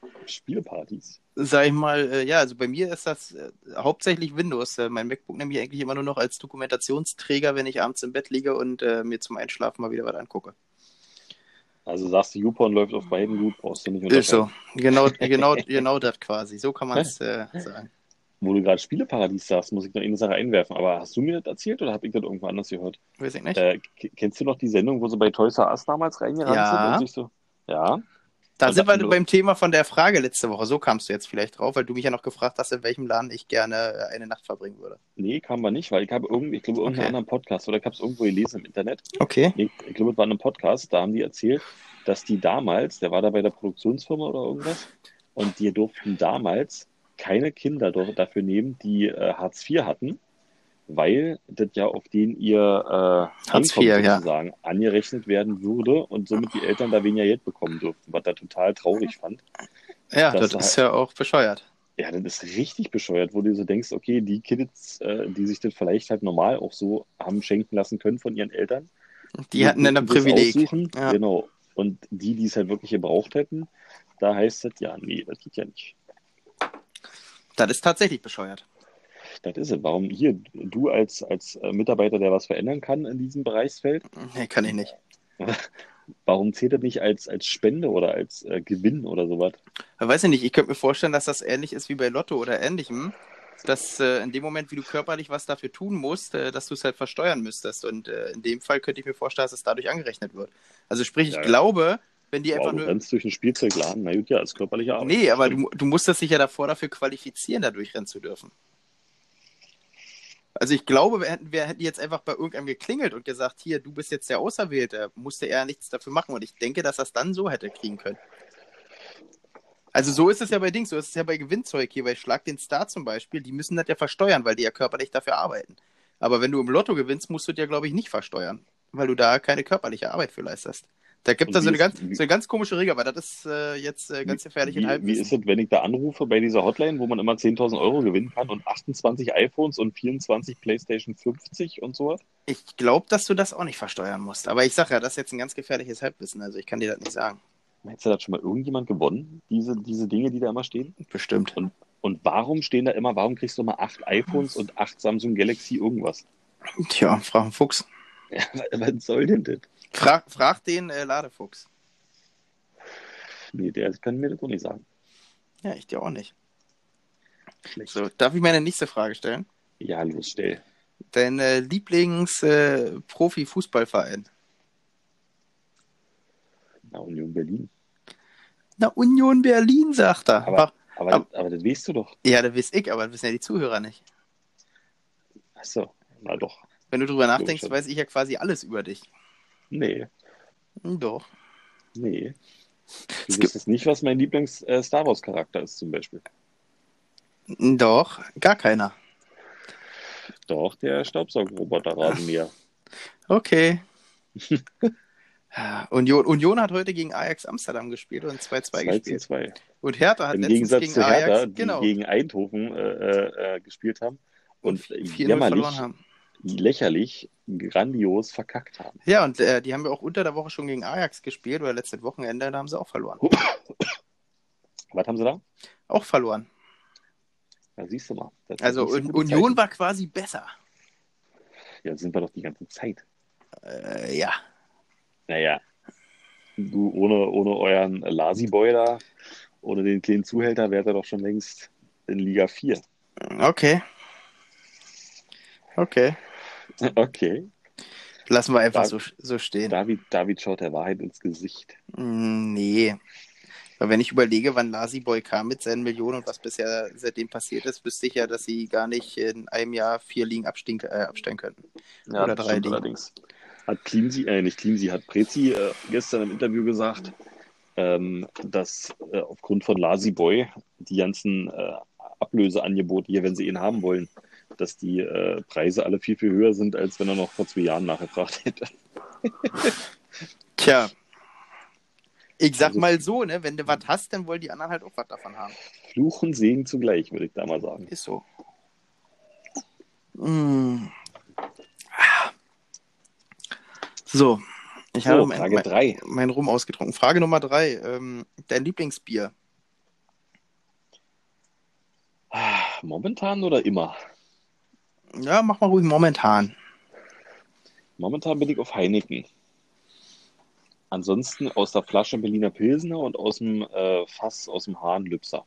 B: Oh, Spielepartys.
A: sag ich mal, äh, ja, also bei mir ist das äh, hauptsächlich Windows. Äh, mein MacBook nehme ich eigentlich immer nur noch als Dokumentationsträger, wenn ich abends im Bett liege und äh, mir zum Einschlafen mal wieder was angucke.
B: Also sagst du, YouPorn läuft auf beiden gut, brauchst du nicht
A: Ist so.
B: <laughs>
A: Genau, genau, genau das quasi. So kann man es äh, sagen.
B: Wo du gerade Spieleparadies sagst, muss ich noch eine Sache einwerfen. Aber hast du mir das erzählt oder habe ich das irgendwo anders gehört?
A: Weiß ich nicht.
B: Äh, k- kennst du noch die Sendung, wo sie bei Toys R Us damals reingerannt
A: Ja.
B: sind? Und sich so, ja.
A: Da sind wir
B: Windows-
A: beim Thema von der Frage letzte Woche. So kamst du jetzt vielleicht drauf, weil du mich ja noch gefragt hast, in welchem Laden ich gerne äh, eine Nacht verbringen würde.
B: Nee, kam man nicht, weil ich habe irgendwie, ich glaube, irgendeinen
A: Okay.
B: anderen Podcast oder ich habe es irgendwo gelesen im Internet.
A: Okay.
B: Nee, ich glaube, es war in einem Podcast, da haben die erzählt, dass die damals, der war da bei der Produktionsfirma oder irgendwas, und die durften damals keine Kinder do- dafür nehmen, die äh, Hartz IV hatten, weil das ja auf den ihr äh,
A: Hartz
B: Einkommen
A: IV, ja.
B: sozusagen angerechnet werden würde und somit die Eltern da weniger Geld bekommen durften, was da total traurig fand.
A: Ja,
B: Das
A: das,
B: war-
A: ist ja auch bescheuert.
B: Ja, das ist richtig bescheuert, wo du so denkst, okay, die Kids, äh, die sich das vielleicht halt normal auch so haben schenken lassen können von ihren Eltern,
A: Die hatten dann ein
B: das
A: Privileg.
B: aussuchen,
A: Ja.
B: Genau. Und die, die es halt wirklich gebraucht hätten, da heißt es, ja, nee, das geht ja nicht.
A: Das ist tatsächlich bescheuert.
B: Das ist es. Warum hier, du als, als äh, Mitarbeiter, der was verändern kann in diesem Bereichsfeld,
A: Nee, kann ich nicht.
B: warum zählt das nicht als, als Spende oder als äh, Gewinn oder sowas?
A: Weiß ich nicht, ich könnte mir vorstellen, dass das ähnlich ist wie bei Lotto oder ähnlichem. Dass äh, in dem Moment, wie du körperlich was dafür tun musst, äh, dass du es halt versteuern müsstest. Und äh, in dem Fall könnte ich mir vorstellen, dass es dadurch angerechnet wird. Also sprich, ich
B: Ja.
A: glaube, wenn die
B: Wow,
A: einfach
B: du
A: nur.
B: rennst durch einen Spielzeugladen, na gut, ja, als körperliche Arbeit.
A: Nee, aber du, du musstest dich ja davor dafür qualifizieren, dadurch rennen zu dürfen. Also ich glaube, wir hätten, wir hätten jetzt einfach bei irgendeinem geklingelt und gesagt, hier, du bist jetzt der Auserwählte, musste er nichts dafür machen. Und ich denke, dass das dann so hätte kriegen können. Also so ist es ja bei Dings, so ist es ja bei Gewinnzeug hier, bei Schlag den Star zum Beispiel, die müssen das ja versteuern, weil die ja körperlich dafür arbeiten. Aber wenn du im Lotto gewinnst, musst du dir, glaube ich, nicht versteuern, weil du da keine körperliche Arbeit für leistest. Da gibt
B: Und
A: es so,
B: wie
A: eine
B: ist-
A: ganz-
B: wie-
A: so eine ganz komische Regel, aber das ist äh, jetzt äh, ganz gefährlich in
B: Wie, wie
A: Halbwissen.
B: ist es, wenn ich da anrufe bei dieser Hotline, wo man immer 10.000 Euro gewinnen kann und 28 iPhones und 24 PlayStation 50 und sowas?
A: Ich glaube, dass du das auch nicht versteuern musst. Aber ich sage ja, das ist jetzt ein ganz gefährliches Halbwissen, also ich kann dir das nicht sagen.
B: Meinst du, da hat schon mal irgendjemand gewonnen, diese, diese Dinge, die da immer stehen?
A: Bestimmt.
B: Und warum stehen da immer, warum kriegst du immer acht iPhones und acht Samsung Galaxy irgendwas? <laughs>
A: Tja, frag einen Fuchs.
B: Was soll denn das?
A: Frag, frag den äh, Ladefuchs.
B: Nee, der kann mir das doch nicht sagen.
A: Ja, ich dir auch nicht.
B: Schlecht.
A: So, darf ich meine nächste Frage stellen?
B: Ja, los, schnell.
A: Dein äh, Lieblings-Profi-Fußballverein?
B: Na, Union Berlin.
A: Na, Union Berlin, sagt er.
B: Aber-
A: Ach,
B: Aber,
A: Aber-
B: aber das weißt du doch.
A: ja, das weiß ich, aber das wissen ja die Zuhörer nicht.
B: Achso, na doch.
A: Wenn du drüber nachdenkst,
B: schon.
A: weiß ich ja quasi alles über dich.
B: Nee,
A: Hm, Doch.
B: nee. Du
A: Es gibt-
B: wüsstest nicht, was mein Lieblings-Star Wars-Charakter ist, zum Beispiel.
A: Hm, Doch, gar keiner.
B: Doch, der Staubsaugerroboter-Rasenmäher. <laughs>
A: Okay. Ja, Union, Union hat heute gegen Ajax Amsterdam gespielt und 2-2
B: 2 zu
A: gespielt.
B: 2.
A: Und Hertha hat
B: Im
A: letztens
B: Gegensatz
A: gegen
B: zu Hertha,
A: Ajax
B: die
A: genau,
B: gegen Eindhoven äh, äh, gespielt haben und
A: 4-0 verloren
B: jämmerlich,
A: haben.
B: lächerlich, grandios verkackt haben.
A: Ja, und äh, die haben ja auch unter der Woche schon gegen Ajax gespielt oder letztes Wochenende, da haben sie auch verloren.
B: Was haben sie da?
A: Auch verloren.
B: Da siehst du mal. Das
A: Also
B: sind
A: Un
B: nicht so gute
A: Union
B: Zeiten.
A: war quasi besser.
B: Ja, das sind wir doch die ganze Zeit.
A: Äh, ja.
B: Naja. Du, ohne, ohne euren Lasi-Boy da, ohne den kleinen Zuhälter, wärt ihr doch schon längst in Liga
A: <laughs>
B: 4.
A: Okay. Okay.
B: Okay.
A: Lassen wir einfach
B: Da-
A: so, so stehen.
B: David, David schaut der Wahrheit ins Gesicht.
A: Mm, Nee. Weil wenn ich überlege, wann Lasi Boy kam mit seinen Millionen und was bisher seitdem passiert ist, wüsste ich ja, dass sie gar nicht in einem Jahr vier Ligen abstink- äh, absteigen könnten.
B: Ja,
A: Oder
B: das
A: drei
B: stimmt
A: Dinge.
B: allerdings. Hat Klimsi, äh, nicht Klimsi, hat Prezi äh, gestern im Interview gesagt, ähm, dass äh, aufgrund von Lazy Boy die ganzen äh, Ablöseangebote hier, wenn sie ihn haben wollen, dass die äh, Preise alle viel, viel höher sind, als wenn er noch vor zwei Jahren nachgefragt hätte. <laughs>
A: Tja. Ich sag
B: Also-
A: mal so, ne, wenn du was hast, dann wollen die anderen halt auch was davon haben.
B: Fluch und Segen zugleich, würde ich da mal sagen.
A: Ist so. Mm. So. Ich habe
B: So,
A: mein-
B: Frage
A: mein-
B: 3.
A: mein Rum ausgetrunken. Frage Nummer drei. Ähm, dein Lieblingsbier?
B: Ah, Momentan oder immer?
A: Ja, mach mal ruhig momentan.
B: Momentan bin ich auf Heineken. Ansonsten aus der Flasche Berliner Pilsener und aus dem äh, Fass aus dem Hahn Lübser.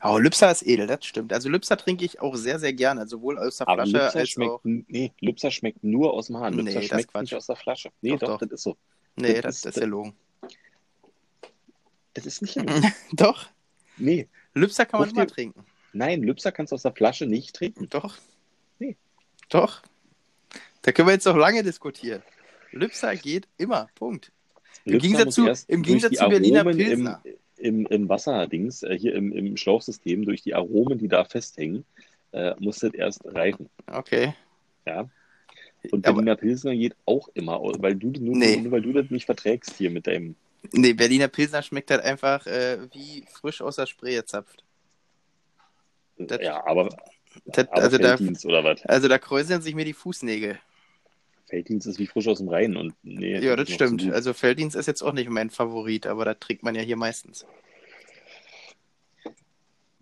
A: Aber Lübser ist edel, das stimmt. Also Lübser trinke ich auch sehr, sehr gerne. also Sowohl aus der
B: Aber
A: Flasche
B: Lübser
A: als
B: schmeckt,
A: auch.
B: nee, Lübser schmeckt nur aus dem Hahn.
A: Nee,
B: Lübser
A: das
B: schmeckt
A: Quatsch.
B: nicht aus der Flasche. Nee,
A: Doch,
B: doch,
A: doch.
B: das ist so.
A: Nee,
B: das
A: das,
B: ist-
A: das ist ja
B: <laughs>
A: Logen. <laughs>
B: Das ist nicht genug.
A: Doch,
B: Nee,
A: Lübser kann man
B: Guck
A: immer
B: dir-
A: trinken.
B: nein, Lübser kannst du aus der Flasche nicht trinken.
A: Doch.
B: Nee.
A: Doch. Da können wir jetzt noch lange diskutieren. Lübser geht immer. Punkt. Im
B: Lübser
A: Gegensatz
B: muss
A: zu-
B: erst
A: im
B: durch
A: Gegensatz
B: die
A: zu Berliner
B: Aromen
A: Pilsner.
B: Im, im, im Wasserdings, äh, hier im, im Schlauchsystem, durch die Aromen, die da festhängen, äh, muss das erst reifen.
A: Okay.
B: Ja. Und
A: Aber,
B: Berliner Pilsner geht auch immer, aus, weil du, nur,
A: Nee.
B: nur weil du das nicht verträgst hier mit deinem.
A: nee, Berliner Pilsner schmeckt halt einfach äh, wie frisch aus der Spree gezapft. Das-
B: äh, ja, aber,
A: das-
B: aber
A: also da-
B: Felddienst oder was?
A: Also da kräuseln sich mir die Fußnägel.
B: Felddienst ist wie frisch aus dem Rhein und
A: Ja,
B: nee. ist
A: das
B: noch zu
A: stimmt.
B: gut.
A: Also Felddienst ist jetzt auch nicht mein Favorit, aber da trinkt man ja hier meistens.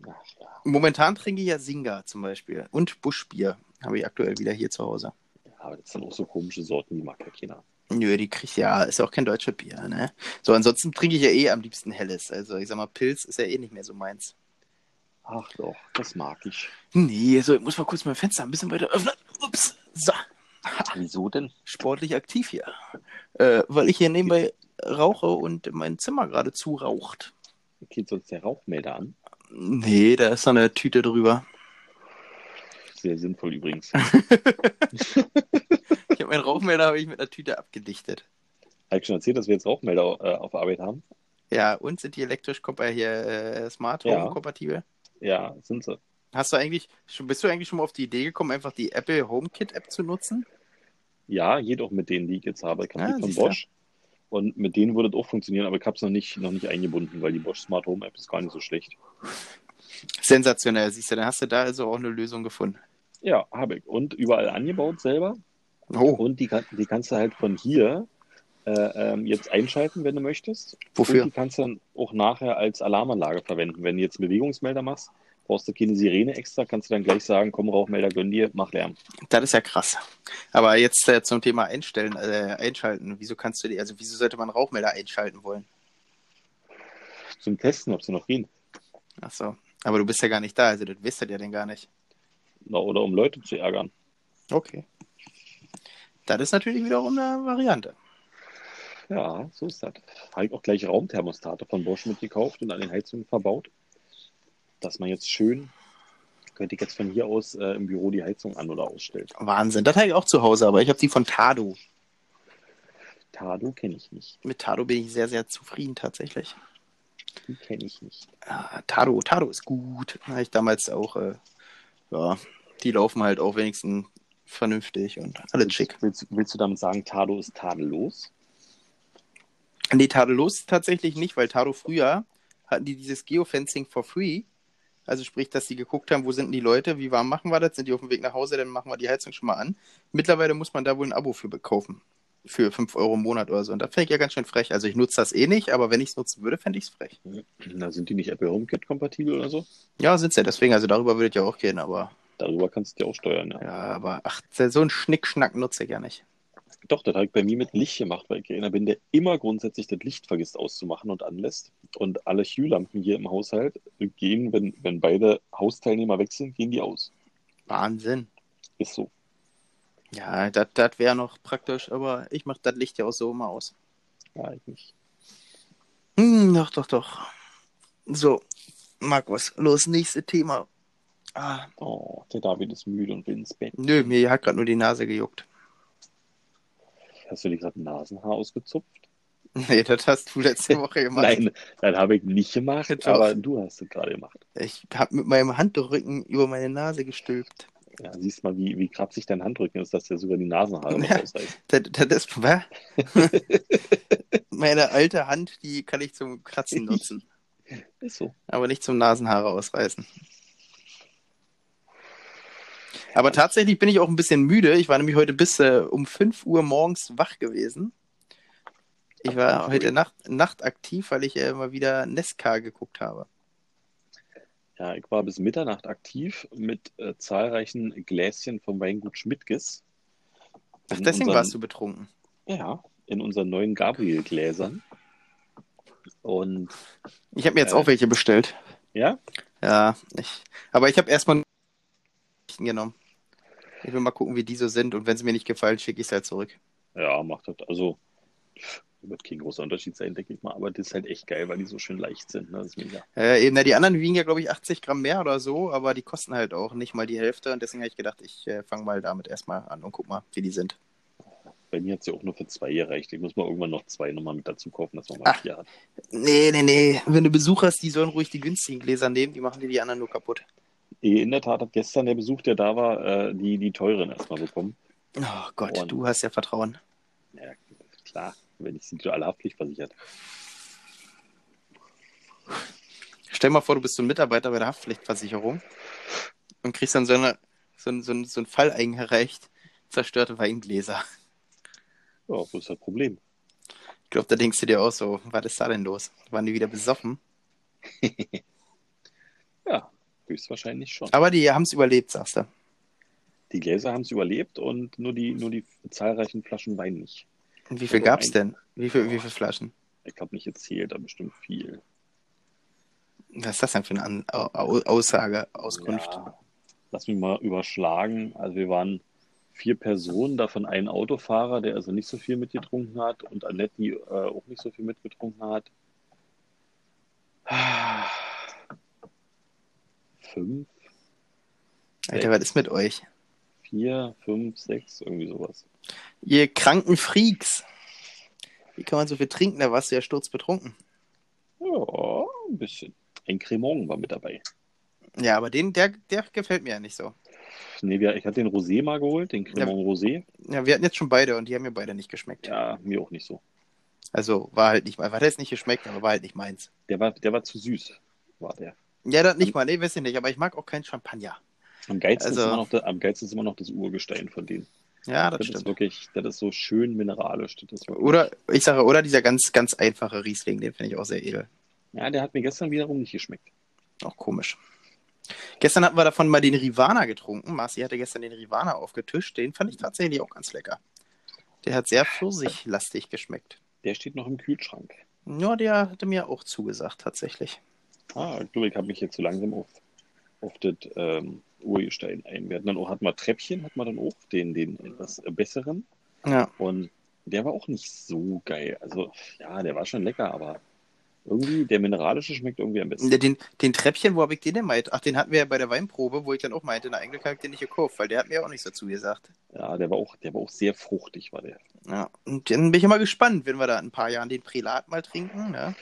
B: Ach, ja.
A: Momentan trinke ich ja Singa zum Beispiel und Buschbier. Habe ich aktuell wieder hier zu Hause.
B: Ja, aber das sind auch so komische Sorten, die mag ja keiner.
A: Nö, die kriegt ja, ist ja auch kein deutsches Bier, ne? So, ansonsten trinke ich ja eh am liebsten Helles. Also ich sag mal, Pilz ist ja eh nicht mehr so meins.
B: Ach doch, das mag ich.
A: Nee, so, ich muss mal kurz mein Fenster ein bisschen weiter öffnen. Ups. So,
B: Wieso denn?
A: sportlich aktiv hier. Äh, weil ich hier nebenbei rauche und mein Zimmer gerade zuraucht.
B: Geht sonst der Rauchmelder an?
A: Nee, da ist so eine Tüte <laughs> drüber.
B: Sehr sinnvoll übrigens.
A: Ich habe meinen Rauchmelder habe ich mit einer Tüte abgedichtet.
B: Habe ich schon erzählt, dass wir jetzt Rauchmelder äh, auf Arbeit haben?
A: Ja, und sind die elektrisch kompa- äh, hier äh, Smart
B: Ja.
A: Home kompatibel?
B: Ja, sind sie.
A: Hast du eigentlich schon, bist du eigentlich schon mal auf die Idee gekommen, einfach die Apple HomeKit App zu nutzen?
B: Ja, geht auch mit denen, die ich jetzt habe. Ich habe
A: Ah,
B: die von
A: siehst du.
B: Bosch. Und mit denen würde das auch funktionieren, aber ich habe es noch nicht, noch nicht eingebunden, weil die Bosch Smart Home App ist gar nicht so schlecht.
A: Sensationell, siehst du, dann hast du da also auch eine Lösung gefunden.
B: Ja, habe ich. Und überall angebaut selber.
A: Oh,
B: Und die, kann- die kannst du halt von hier äh, ähm, jetzt einschalten, wenn du möchtest.
A: wofür?
B: Und die kannst du dann auch nachher als Alarmanlage verwenden. Wenn du jetzt einen Bewegungsmelder machst, brauchst du keine Sirene extra, kannst du dann gleich sagen, komm Rauchmelder, gönn dir, mach Lärm.
A: Das ist ja krass. Aber jetzt äh, zum Thema Einstellen, äh, einschalten. Wieso kannst du die, also wieso sollte man Rauchmelder einschalten wollen?
B: Zum Testen, ob sie noch reden.
A: Ach so. Aber du bist ja gar nicht da, also das wisst ihr ja denn gar nicht.
B: Na, Oder um Leute zu ärgern.
A: Okay. Das ist natürlich wiederum eine Variante.
B: Ja, so ist das. Habe ich auch gleich Raumthermostate von Bosch mitgekauft und an den Heizungen verbaut. Dass man jetzt schön, könnte ich jetzt von hier aus äh, im Büro die Heizung an- oder ausstellt.
A: Wahnsinn. Das habe ich auch zu Hause, aber ich habe die von Tado.
B: Tado kenne ich nicht.
A: Mit Tado bin ich sehr, sehr zufrieden tatsächlich.
B: Die kenne ich nicht.
A: Ah, Tado, Tado ist gut. Habe ich damals auch, äh, ja, die laufen halt auch wenigstens vernünftig und alles schick.
B: Willst, willst du damit sagen, Tado ist tadellos?
A: Nee, tadellos tatsächlich nicht, weil Tado früher hatten die dieses Geofencing for free. Also sprich, dass die geguckt haben, wo sind denn die Leute, wie warm machen wir das, sind die auf dem Weg nach Hause, dann machen wir die Heizung schon mal an. Mittlerweile muss man da wohl ein Abo für kaufen. Für 5 Euro im Monat oder so. Und das fände ich ja ganz schön frech. Also ich nutze das eh nicht, aber wenn ich es nutzen würde, fände ich es frech.
B: Na, sind die nicht Apple HomeKit kompatibel oder so?
A: Ja, sind's ja. Deswegen, also darüber würde ich ja auch gehen, aber
B: Darüber kannst du ja auch steuern, ja.
A: ja, aber ach, so ein Schnickschnack nutze ich ja nicht.
B: Doch, das habe ich bei mir mit Licht gemacht, weil ich einer bin, der immer grundsätzlich das Licht vergisst auszumachen und anlässt. Und alle Hue-Lampen hier im Haushalt gehen, wenn, wenn beide Hausteilnehmer wechseln, gehen die aus.
A: Wahnsinn.
B: Ist so.
A: Ja, das wäre noch praktisch, aber ich mache das Licht ja auch so immer aus.
B: Ja, eigentlich.
A: Hm, doch, doch, doch. So, Markus, los, nächstes Thema. Ah,
B: Oh, der David ist müde und will ins Bett.
A: nö, mir hat gerade nur die Nase gejuckt. <laughs>
B: Hast du dir gerade ein Nasenhaar ausgezupft?
A: Nee, das hast du letzte Woche gemacht.
B: Nein, das habe ich nicht gemacht,
A: Doch.
B: aber du hast es gerade gemacht.
A: Ich habe mit meinem Handrücken über meine Nase gestülpt.
B: Ja, siehst mal, wie, wie kratzig dein Handrücken ist, dass der sogar die Nasenhaare noch
A: Ja.
B: ausreißt.
A: Das, das ist, was? meine alte Hand, die kann ich zum Kratzen nutzen,
B: Ist so.
A: aber nicht zum Nasenhaare ausreißen. Aber tatsächlich bin ich auch ein bisschen müde. Ich war nämlich heute bis äh, um 5 Uhr morgens wach gewesen. Ich war heute Nacht, Nacht aktiv, weil ich äh, mal wieder Nesca geguckt habe.
B: Ja, ich war bis Mitternacht aktiv mit äh, zahlreichen Gläschen vom Weingut Schmidtges.
A: Ach,
B: In
A: deswegen
B: unseren-
A: warst du betrunken.
B: Ja, in unseren neuen Gabriel-Gläsern. Und
A: Ich habe mir jetzt
B: Äh.
A: auch welche bestellt.
B: ja,
A: Ja, ich, aber ich habe erstmal genommen. Ich will mal gucken, wie die so sind. Und wenn sie mir nicht gefallen, schicke ich es halt zurück.
B: ja, macht das. Also wird kein großer Unterschied sein, denke ich mal. Aber das ist halt echt geil, weil die so schön leicht sind. Ne? Das ist mega.
A: Äh, eben, na, die anderen wiegen ja, glaube ich, 80 Gramm mehr oder so, aber die kosten halt auch nicht mal die Hälfte. Und deswegen habe ich gedacht, ich äh, fange mal damit erstmal an und guck mal, wie die sind.
B: Bei mir hat es ja auch nur für zwei gereicht. Ich muss mal irgendwann noch zwei nochmal mit dazu kaufen, dass man mal
A: Ach.
B: vier hat.
A: Nee, nee, nee. Wenn du Besuch hast, die sollen ruhig die günstigen Gläser nehmen, die machen dir die anderen nur kaputt.
B: Eh, In der Tat hat gestern der Besuch, der da war, äh, die, die teuren erstmal bekommen.
A: Oh Gott,
B: Und-
A: du hast ja Vertrauen.
B: Ja, klar, wenn ich sie alle haftpflichtversichert.
A: Stell mal vor, du bist so ein Mitarbeiter bei der Haftpflichtversicherung und kriegst dann so, eine, so, ein- so, ein- so einen Fall eingereicht, zerstörte Weingläser.
B: Ja, wo ist das Problem?
A: Ich glaube, da denkst du dir auch so, was ist da denn los? Waren die wieder besoffen?
B: Ja, höchstwahrscheinlich schon.
A: Aber die haben es überlebt, sagst du.
B: Die Gläser haben es überlebt und nur die, nur die zahlreichen Flaschen Wein nicht.
A: Und wie viel
B: Also
A: gab es
B: ein-
A: denn? Wie viel, wie viel Flaschen?
B: Ich habe nicht erzählt, aber bestimmt viel.
A: Was ist das denn für eine An Au- Au Aussage, Auskunft?
B: Ja, lass mich mal überschlagen. Also wir waren vier Personen, davon ein Autofahrer, der also nicht so viel mitgetrunken hat und Annette, die äh, auch nicht so viel mitgetrunken hat. Fünf,
A: Alter, was ist mit euch?
B: vier, fünf, sechs, irgendwie sowas.
A: Ihr kranken Freaks. Wie kann man so viel trinken? Da warst du ja sturzbetrunken.
B: Ja, ein bisschen. Ein Cremon war mit dabei.
A: Ja, aber den, der, der gefällt mir ja nicht so.
B: Nee, wir, ich hatte den Rosé mal geholt, den Cremon Rosé.
A: Ja, wir hatten jetzt schon beide und die haben mir beide nicht geschmeckt.
B: Ja, mir auch nicht so.
A: Also war halt nicht mein, war jetzt nicht geschmeckt, aber war halt nicht meins.
B: Der war, der war zu süß, war der.
A: Ja, das nicht mal, nee, weiß ich nicht, aber ich mag auch keinen Champagner.
B: Am geilsten, ist,
A: Also-
B: immer noch der, am geilsten ist immer noch das Urgestein von denen.
A: Ja, das,
B: Das, ist
A: stimmt.
B: wirklich, das ist so schön mineralisch. Das ist wirklich,
A: Oder, ich sage, oder dieser ganz, ganz einfache Riesling, den finde ich auch sehr edel.
B: Ja, der hat mir gestern wiederum nicht geschmeckt.
A: Auch komisch. Gestern hatten wir davon mal den Rivana getrunken. Marci hatte gestern den Rivana aufgetischt. Den fand ich tatsächlich auch ganz lecker. Der hat sehr pfirsichlastig geschmeckt.
B: Der steht noch im Kühlschrank.
A: Ja, der hatte mir auch zugesagt, tatsächlich.
B: Ah, du, ich habe mich jetzt so langsam auf, auf das ähm, Urgestein ein. Wir hatten dann auch, hatten wir Treppchen, hatten wir dann auch, den, den etwas besseren.
A: Ja.
B: Und der war auch nicht so geil. Also, ja, der war schon lecker, aber irgendwie, der mineralische schmeckt irgendwie am besten.
A: Den, den Treppchen, wo habe ich den denn mal? Ach, den hatten wir ja bei der Weinprobe, wo ich dann auch meinte, na, eigentlich habe ich den nicht gekauft, weil der hat mir auch nicht so zugesagt.
B: Ja, der war auch, der war auch sehr fruchtig, war der.
A: Ja. Und dann bin ich immer gespannt, wenn wir da in ein paar Jahren den Prälat mal trinken, ne?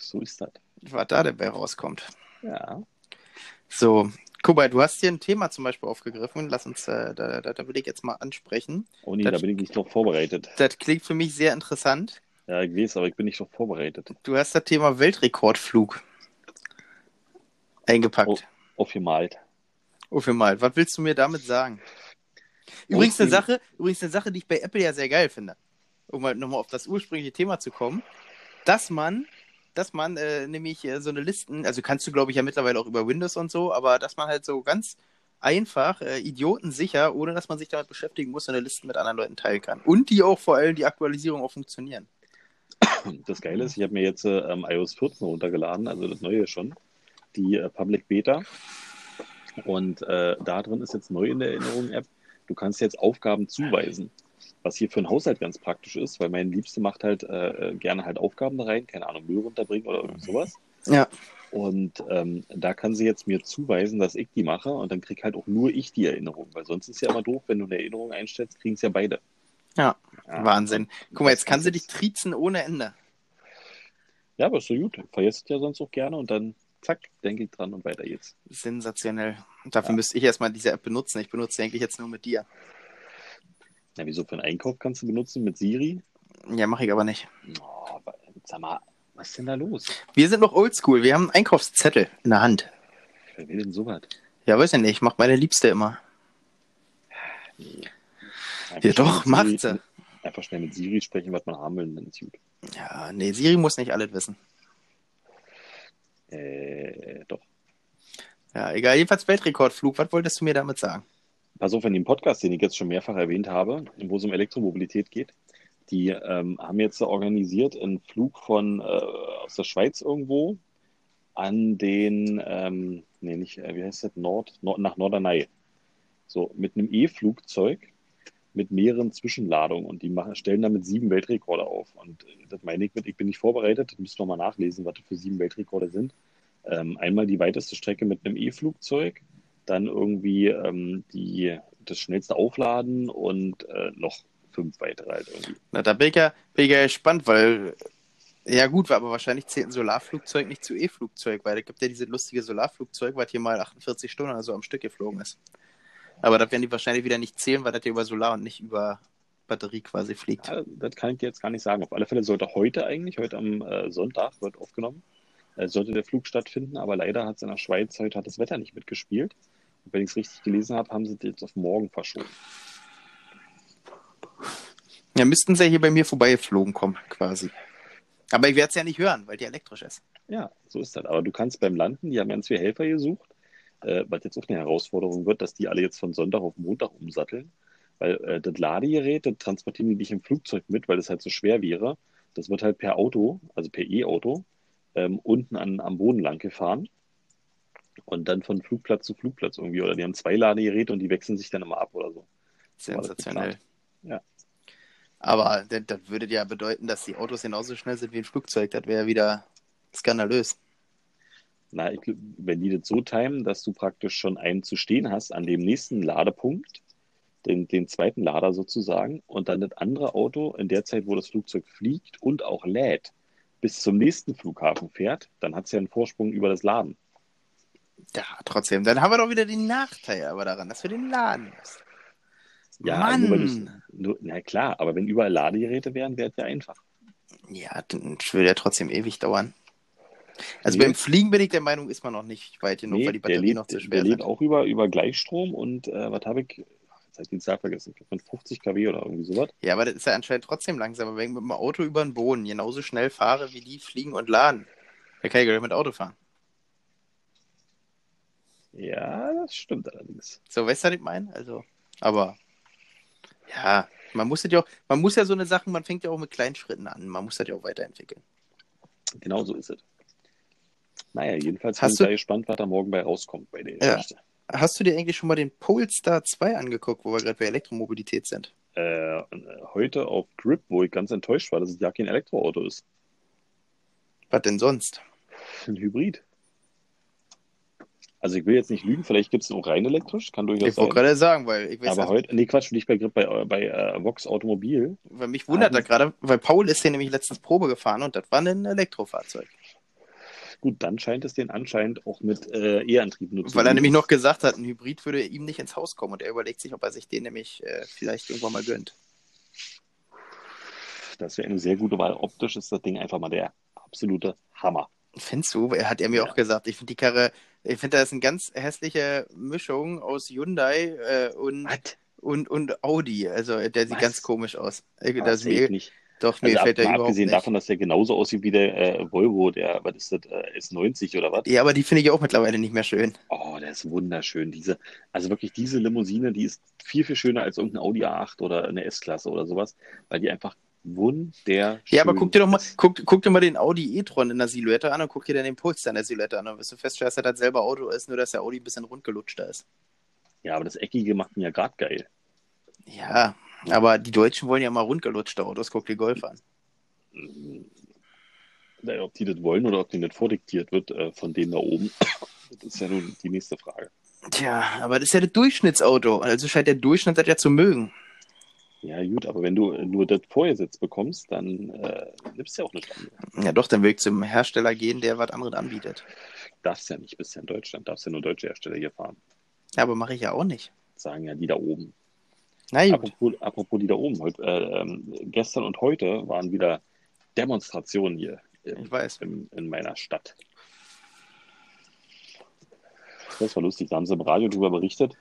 B: So ist das.
A: was da dabei rauskommt.
B: Ja.
A: So, Kuba, du hast hier ein Thema zum Beispiel aufgegriffen. Lass uns, äh, da, da, da will ich jetzt mal ansprechen.
B: Oh nee,
A: Das-
B: da bin ich nicht drauf vorbereitet.
A: Das klingt für mich sehr interessant.
B: Ja, ich weiß, aber ich bin nicht drauf vorbereitet.
A: Du hast das Thema Weltrekordflug eingepackt.
B: Aufgemalt.
A: Oh, für mal. Was willst du mir damit sagen? Übrigens eine Sache,
B: Aufregend.
A: übrigens eine Sache, die ich bei Apple ja sehr geil finde. Um halt nochmal auf das ursprüngliche Thema zu kommen, dass man, dass man äh, nämlich äh, so eine Listen, also kannst du glaube ich ja mittlerweile auch über Windows und so, aber dass man halt so ganz einfach, äh, idiotensicher, ohne dass man sich damit beschäftigen muss, so eine Listen mit anderen Leuten teilen kann. Und die auch vor allem die Aktualisierung auch funktionieren.
B: Das Geile ist, ich habe mir jetzt äh, ähm, iOS 14 runtergeladen, also das neue schon, die äh, Public Beta. Und äh, da drin ist jetzt neu in der Erinnerung-App, du kannst jetzt Aufgaben zuweisen. Was hier für einen Haushalt ganz praktisch ist, weil mein Liebste macht halt äh, äh, gerne halt Aufgaben da rein, keine Ahnung, Müll runterbringen oder irgend sowas.
A: Ja.
B: Und ähm, da kann sie jetzt mir zuweisen, dass ich die mache und dann krieg halt auch nur ich die Erinnerung, weil sonst ist ja immer doof, wenn du eine Erinnerung einstellst, kriegen es ja beide.
A: Ja.
B: Ja.
A: Wahnsinn. Guck mal, jetzt
B: Ah. Das
A: kann sie
B: ist-
A: dich triezen ohne Ende.
B: Ja, aber ist so gut. Vergesst ja sonst auch gerne und dann zack, denke ich dran und weiter jetzt.
A: Sensationell. Dafür
B: Ja.
A: müsste ich erstmal diese App benutzen. Ich benutze sie eigentlich jetzt nur mit dir.
B: Na, wieso für einen Einkauf kannst du benutzen mit Siri?
A: Ja, mache ich aber nicht.
B: Oh, wa- sag mal, was ist denn da los?
A: Wir sind noch oldschool. Wir haben einen Einkaufszettel in der Hand.
B: Wer will denn sowas?
A: Ja, weiß ich nicht. Macht meine Liebste immer.
B: Einfach
A: Ja,
B: schnell
A: doch,
B: mit Siri-
A: macht sie.
B: Einfach schnell mit Siri sprechen, was man haben will, und dann ist gut.
A: Ja, nee, Siri muss nicht alles wissen.
B: Äh, doch.
A: Ja, egal. Jedenfalls Weltrekordflug. Was wolltest du mir damit sagen?
B: Pass auf, in dem Podcast, den ich jetzt schon mehrfach erwähnt habe, wo es um Elektromobilität geht, die ähm, haben jetzt organisiert einen Flug von äh, aus der Schweiz irgendwo an den, ähm, nee, nicht, äh, wie heißt das, Nord, Nord nach Norderney. So, mit einem E-Flugzeug mit mehreren Zwischenladungen und die machen, stellen damit sieben Weltrekorde auf. Und äh, das meine ich mit, ich bin nicht vorbereitet, das müsst ihr nochmal nachlesen, was das für sieben Weltrekorde sind. Ähm, einmal die weiteste Strecke mit einem E-Flugzeug, dann irgendwie ähm, die, das schnellste Aufladen und äh, noch fünf weitere halt irgendwie.
A: Na, da bin ich ja, bin ich ja gespannt, weil. Ja, gut, aber wahrscheinlich zählt ein Solarflugzeug nicht zu E-Flugzeug, weil es gibt ja dieses lustige Solarflugzeug, was hier mal 48 Stunden oder so am Stück geflogen ist. Aber das werden die wahrscheinlich wieder nicht zählen, weil das ja über Solar und nicht über Batterie quasi fliegt.
B: Ja, das kann ich dir jetzt gar nicht sagen. Auf alle Fälle sollte heute eigentlich, heute am äh, Sonntag, wird aufgenommen, äh, sollte der Flug stattfinden, aber leider hat es in der Schweiz heute hat das Wetter nicht mitgespielt. Und wenn ich es richtig gelesen habe, haben sie das jetzt auf morgen verschoben.
A: Ja, müssten sie ja hier bei mir vorbeigeflogen kommen, quasi. Aber ich werde es ja nicht hören, weil die elektrisch ist.
B: Ja, so ist das. Aber du kannst beim Landen, die haben ganz viele Helfer gesucht, äh, was jetzt auch eine Herausforderung wird, dass die alle jetzt von Sonntag auf Montag umsatteln, weil äh, das Ladegerät, das transportieren die nicht im Flugzeug mit, weil das halt so schwer wäre. Das wird halt per Auto, also per E-Auto, ähm, unten an, am Boden lang gefahren und dann von Flugplatz zu Flugplatz irgendwie. Oder die haben zwei Ladegeräte und die wechseln sich dann immer ab oder so.
A: Sensationell.
B: Ja.
A: Aber das, das würde ja bedeuten, dass die Autos genauso schnell sind wie ein Flugzeug. Das wäre wieder skandalös.
B: Na, ich, gl- wenn die das so timen, dass du praktisch schon einen zu stehen hast an dem nächsten Ladepunkt, den, den zweiten Lader sozusagen, und dann das andere Auto in der Zeit, wo das Flugzeug fliegt und auch lädt, bis zum nächsten Flughafen fährt, dann hat es ja einen Vorsprung über das Laden.
A: Ja, trotzdem. Dann haben wir doch wieder den Nachteil aber daran, dass wir den laden müssen.
B: Ja,
A: Mann.
B: Nur, weil du's- nur, na klar, aber wenn überall Ladegeräte wären, wäre es ja einfach.
A: Ja, dann würde ja trotzdem ewig dauern. Also
B: Nee.
A: beim Fliegen bin ich der Meinung, ist man noch nicht weit genug,
B: Nee,
A: weil die
B: der
A: Batterie
B: lädt,
A: noch zu
B: der
A: schwer
B: lädt
A: sind.
B: auch über, über Gleichstrom und äh, was habe ich, jetzt habe ich den Zahl vergessen, ich glaub, von 50 kW oder irgendwie sowas.
A: Ja, aber das ist ja anscheinend trotzdem langsamer, wenn ich mit dem Auto über den Boden genauso schnell fahre, wie die fliegen und laden. Da kann ich gleich mit Auto fahren.
B: Ja, das stimmt allerdings.
A: So, weißt du, was ich meine? Also, aber ja, man muss das ja auch, man muss ja so eine Sachen, man fängt ja auch mit kleinen Schritten an. Man muss das ja auch weiterentwickeln.
B: Genau so ist es. Naja, jedenfalls
A: Hast
B: bin ich
A: du-
B: da gespannt, was da morgen bei rauskommt bei der
A: Ja.
B: Geschichte.
A: Hast du dir eigentlich schon mal den Polestar 2 angeguckt, wo wir gerade bei Elektromobilität sind?
B: Äh, und, äh, heute auf Grip, wo ich ganz enttäuscht war, dass es ja kein Elektroauto ist. <laughs>
A: Was denn sonst?
B: Ein Hybrid. Also ich will jetzt nicht lügen, vielleicht gibt es auch rein elektrisch, kann durchaus
A: Ich wollte
B: sein.
A: gerade also sagen, weil ich weiß
B: Aber
A: nicht,
B: heute, nee Quatsch, nicht bei Grip, bei, bei äh, Vox Automobil.
A: Weil mich wundert
B: Ah,
A: da gerade, weil Paul ist hier nämlich letztens Probe gefahren und das war ein Elektrofahrzeug.
B: Gut, dann scheint es den anscheinend auch mit äh, E-Antrieb nur
A: Weil er nämlich noch gesagt hat, ein Hybrid würde ihm nicht ins Haus kommen und er überlegt sich, ob er sich den nämlich äh, vielleicht irgendwann mal gönnt.
B: Das wäre eine sehr gute Wahl. Optisch ist das Ding einfach mal der absolute Hammer.
A: Findest du? Er hat er mir
B: Ja.
A: auch gesagt. Ich finde die Karre, ich finde, das ist eine ganz hässliche Mischung aus Hyundai äh, und,
B: Was?
A: und, und Audi. Also äh, der sieht
B: Was?
A: ganz komisch aus. Äh,
B: Das
A: Das
B: Ah, sehe ich
A: mir,
B: nicht.
A: doch, mir
B: Also ab,
A: gefällt der
B: mal
A: überhaupt
B: abgesehen
A: nicht.
B: davon, dass der genauso aussieht wie der äh, Volvo, der, was ist das, äh, S90 oder was?
A: Ja, aber die finde ich auch mittlerweile nicht mehr schön.
B: Oh, der ist wunderschön. Diese, also wirklich diese Limousine, die ist viel, viel schöner als irgendein Audi A8 oder eine S-Klasse oder sowas, weil die einfach wunderschön
A: Ja, aber guck dir doch mal,
B: ist.
A: guck, guck dir mal den Audi e-tron in der Silhouette an und guck dir dann den Polestar in der Silhouette an. Dann wirst du feststellen, dass er das selber Auto ist, nur dass der Audi ein bisschen rundgelutschter ist.
B: Ja, aber das Eckige macht ihn ja gerade geil.
A: Ja, aber die Deutschen wollen ja mal rundgelutschte Autos. Guck dir Golf an.
B: Naja, Ob die das wollen oder ob denen das vordiktiert wird äh, von denen da oben, das ist ja nun die nächste Frage.
A: Tja, aber das ist ja das Durchschnittsauto. Also scheint der Durchschnitt das ja zu mögen.
B: Ja, gut, aber wenn du äh, nur das vorgesetzt bekommst, dann äh, nimmst du ja auch nicht an.
A: Ja, doch, dann will ich zum Hersteller gehen, der was anderes anbietet.
B: Darfst ja nicht bisher in Deutschland, darfst ja nur deutsche Hersteller hier fahren.
A: Ja, aber mache ich ja auch nicht.
B: Sagen ja die da oben.
A: Na gut.
B: Apropos, apropos die da oben, heute, äh, ähm, gestern und heute waren wieder Demonstrationen hier
A: Ich
B: in,
A: weiß.
B: in, in meiner Stadt. Das war lustig, da haben sie im Radio drüber berichtet.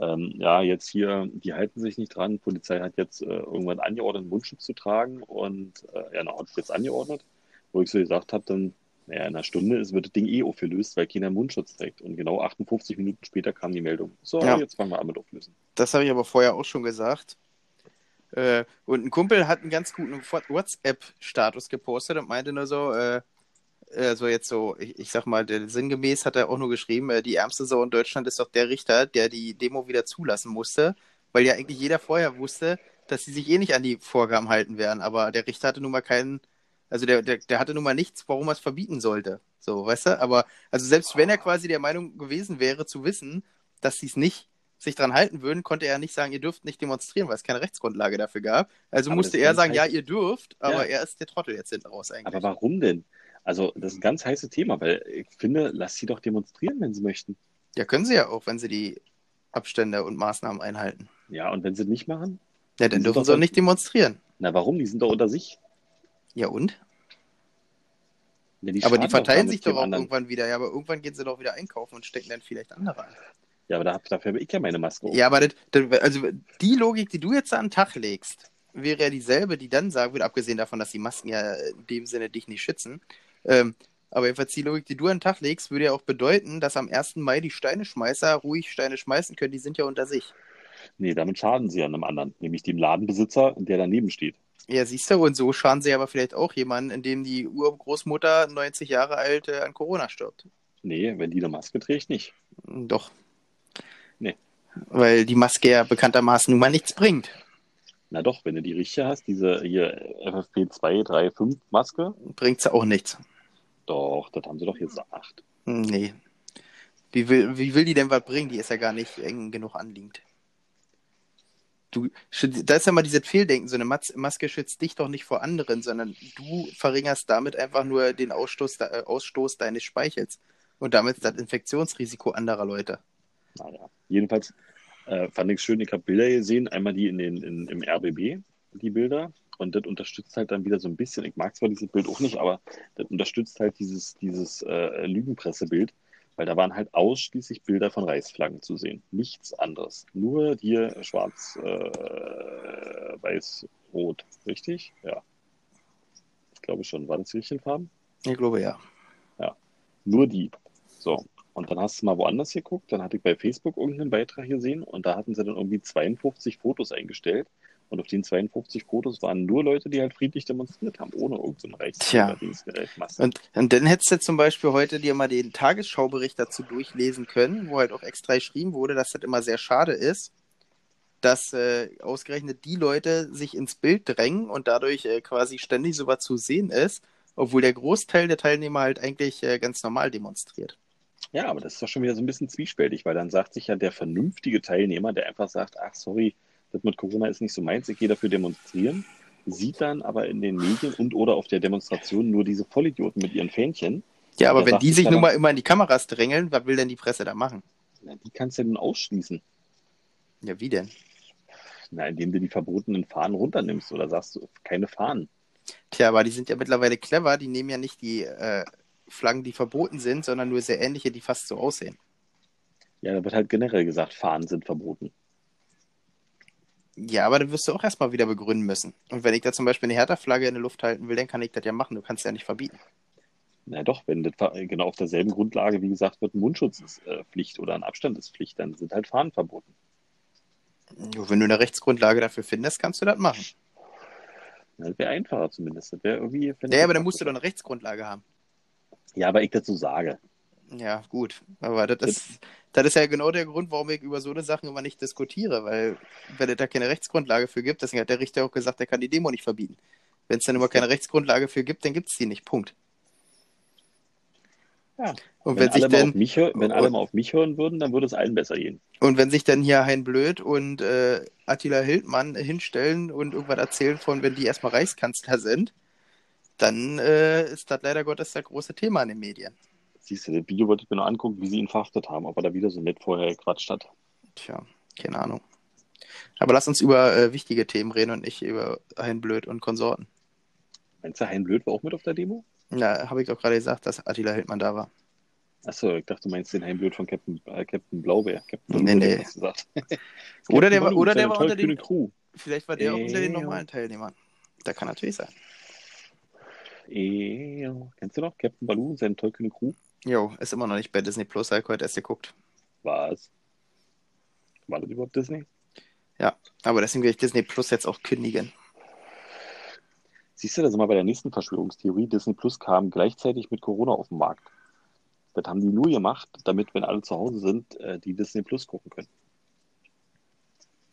B: Ähm, ja, jetzt hier, die halten sich nicht dran. Die Polizei hat jetzt äh, irgendwann angeordnet, einen Mundschutz zu tragen und äh, ja, na, hat jetzt angeordnet, wo ich so gesagt habe, dann, naja, in einer Stunde ist, wird das Ding eh aufgelöst, weil keiner einen Mundschutz trägt. Und genau 58 Minuten später kam die Meldung. So,
A: Ja.
B: jetzt fangen wir an mit auflösen.
A: Das habe ich aber vorher auch schon gesagt. Äh, und ein Kumpel hat einen ganz guten What- WhatsApp-Status gepostet und meinte nur so, äh, äh, so jetzt so, ich, ich sag mal, der, sinngemäß hat er auch nur geschrieben, äh, die ärmste Sau in Deutschland ist doch der Richter, der die Demo wieder zulassen musste, weil ja eigentlich jeder vorher wusste, dass sie sich eh nicht an die Vorgaben halten werden, aber der Richter hatte nun mal keinen, also der, der, der hatte nun mal nichts, warum er es verbieten sollte. So, weißt du? Aber, also selbst wenn er quasi der Meinung gewesen wäre, zu wissen, dass sie es nicht sich dran halten würden, konnte er nicht sagen, ihr dürft nicht demonstrieren, weil es keine Rechtsgrundlage dafür gab. Also
B: Aber
A: musste
B: das
A: er
B: ganz
A: sagen, ja,
B: heiß-
A: ihr dürft, aber
B: Ja.
A: er ist der Trottel jetzt hinten raus eigentlich.
B: Aber warum denn? Also, das ist ein ganz heißes Thema, weil ich finde, lass sie doch demonstrieren, wenn sie möchten.
A: Ja, können sie ja auch, wenn sie die Abstände und Maßnahmen einhalten.
B: Ja, und wenn sie es nicht machen,
A: Ja, dann
B: Die sind
A: dürfen
B: doch
A: sie auch
B: dann-
A: nicht demonstrieren.
B: na warum? Die sind doch unter sich.
A: Ja und?
B: Ja, die
A: aber die
B: schaden
A: verteilen
B: damit
A: sich doch
B: dem
A: auch
B: anderen.
A: irgendwann wieder. Ja, aber irgendwann gehen sie doch wieder einkaufen und stecken dann vielleicht andere an.
B: Ja, aber da, hab- dafür habe ich ja meine Maske. auf.
A: Ja, aber das, das, also die Logik, die du jetzt an den Tag legst, wäre ja dieselbe, die dann sagen würde, abgesehen davon, dass die Masken ja in dem Sinne dich nicht schützen. Ähm, aber jedenfalls die Logik, die du an den Tag legst, würde ja auch bedeuten, dass am 1. Mai die Steineschmeißer ruhig Steine schmeißen können. Die sind ja unter sich.
B: Nee, damit schaden sie an einem anderen, nämlich dem Ladenbesitzer, der daneben steht.
A: Ja, siehst du, und so schaden sie aber vielleicht auch jemanden, indem die Urgroßmutter 90 Jahre alt äh, an Corona stirbt. Hm,
B: Nee, wenn die eine Maske trägt, nicht.
A: Doch.
B: Nee.
A: Weil die Maske ja bekanntermaßen nun mal nichts bringt.
B: Na doch, wenn du die richtige hast, diese hier FFP235 Maske.
A: Bringt's auch nichts.
B: Doch, das haben sie doch jetzt acht.
A: Hm, Nee. Wie will, wie will die denn was bringen? Die ist ja gar nicht eng genug anliegend. du, da ist ja mal dieses Fehldenken, so eine Mas Maske schützt dich doch nicht vor anderen, sondern du verringerst damit einfach nur den Ausstoß, äh, Ausstoß deines Speichels und damit das Infektionsrisiko anderer Leute.
B: Naja, jedenfalls äh, fand ich es schön, ich habe Bilder gesehen, einmal die in den, in, im RBB, die Bilder. Und das unterstützt halt dann wieder so ein bisschen, ich mag zwar dieses Bild auch nicht, aber das unterstützt halt dieses, dieses äh, Lügenpressebild, weil da waren halt ausschließlich Bilder von Reichsflaggen zu sehen. Nichts anderes. Nur hier schwarz, äh, weiß, rot. Richtig? Ja. Ich glaube schon. War das die richtigen Farben?
A: Ich glaube ja.
B: Ja. Nur die. So. Und dann hast du mal woanders geguckt, dann hatte ich bei Facebook irgendeinen Beitrag gesehen und da hatten sie dann irgendwie 52 Fotos eingestellt. Und auf den 52 Fotos waren nur Leute, die halt friedlich demonstriert haben, ohne irgendeinen Rechts.
A: Tja. Und, und dann hättest du zum Beispiel heute dir mal den Tagesschaubericht dazu durchlesen können, wo halt auch extra geschrieben wurde, dass das immer sehr schade ist, dass äh, ausgerechnet die Leute sich ins Bild drängen und dadurch äh, quasi ständig sowas zu sehen ist, obwohl der Großteil der Teilnehmer halt eigentlich äh, ganz normal demonstriert.
B: Ja, aber das ist doch schon wieder so ein bisschen zwiespältig, weil dann sagt sich ja der vernünftige Teilnehmer, der einfach sagt, ach sorry, das mit Corona ist nicht so meins, ich gehe dafür demonstrieren, sieht dann aber in den Medien und oder auf der Demonstration nur diese Vollidioten mit ihren Fähnchen.
A: Ja, aber
B: Der
A: wenn
B: sagt
A: die sich
B: dann
A: nun mal
B: auch,
A: immer in die Kameras drängeln, was will denn die Presse da machen?
B: na, Die kannst du ja nun ausschließen.
A: Ja, wie denn?
B: Na, indem du die verbotenen Fahnen runternimmst oder sagst, keine Fahnen.
A: Tja, aber die sind ja mittlerweile clever, die nehmen ja nicht die äh, Flaggen, die verboten sind, sondern nur sehr ähnliche, die fast so aussehen.
B: Ja, da wird halt generell gesagt, Fahnen sind verboten.
A: Ja, aber dann wirst du auch erstmal wieder begründen müssen. Und wenn ich da zum Beispiel eine Hertha-Flagge in der Luft halten will, dann kann ich das ja machen. Du kannst ja nicht verbieten.
B: Na doch, wenn das ver- genau auf derselben Grundlage, wie gesagt wird, ein Mundschutz ist äh, Pflicht oder ein Abstand ist Pflicht, dann sind halt Fahnen verboten.
A: Nur wenn du eine Rechtsgrundlage dafür findest, kannst du das machen.
B: Na, Das wäre einfacher zumindest. Das wäre irgendwie. finde
A: Naja,
B: ich,
A: aber dann musst du doch eine Rechtsgrundlage haben.
B: Ja, aber ich dazu sage.
A: Ja, gut. Aber das ist, das ist ja genau der Grund, warum ich über so eine Sachen immer nicht diskutiere, weil wenn es da keine Rechtsgrundlage für gibt, deswegen hat der Richter auch gesagt, er kann die Demo nicht verbieten. Wenn es dann immer keine Rechtsgrundlage für gibt, dann gibt es die nicht. Punkt.
B: Ja.
A: Und
B: Wenn,
A: wenn, sich
B: alle, mal
A: dann,
B: auf mich, hör- wenn alle
A: und-
B: mal auf mich hören würden, dann würde es allen besser gehen.
A: und wenn sich dann hier Hein Blöd und äh, Attila Hildmann hinstellen und irgendwas erzählen von, wenn die erstmal Reichskanzler sind, dann äh, ist das leider Gottes das große Thema in den Medien.
B: Siehst du, das Video wollte ich mir noch angucken, wie sie ihn verhaftet haben, ob er da wieder so nett vorher gequatscht hat.
A: Tja, keine Ahnung. Aber lass uns über äh, wichtige Themen reden und nicht über Hein Blöd und Konsorten.
B: Meinst du, Hein Blöd war auch mit auf der Demo?
A: Na, habe ich doch gerade gesagt, dass Attila Hildmann da war.
B: Achso, ich dachte, du meinst den Hein Blöd von Captain, äh, Captain Blaubeer. Captain
A: Nee,
B: Blaubeer,
A: nee.
B: hast
A: <laughs>
B: du Gesagt.
A: Oder der
B: Captain
A: war-
B: Blaubeer
A: oder
B: und
A: der
B: seine
A: war unter
B: tollkühne
A: den-
B: Crew.
A: Vielleicht war der auch unter den
B: Ey,
A: normalen Teilnehmern. Da kann natürlich sein.
B: Ew. Kennst du noch? Captain Baloo und seine tollkühne Crew?
A: Jo, ist immer noch nicht bei Disney Plus, habe ich heute erst geguckt.
B: Was? War das überhaupt Disney?
A: Aber deswegen will ich Disney Plus jetzt auch kündigen.
B: Siehst du, da sind wir bei der nächsten Verschwörungstheorie. Disney Plus kam gleichzeitig mit Corona auf den Markt. Das haben die nur gemacht, damit, wenn alle zu Hause sind, äh, die Disney Plus gucken können.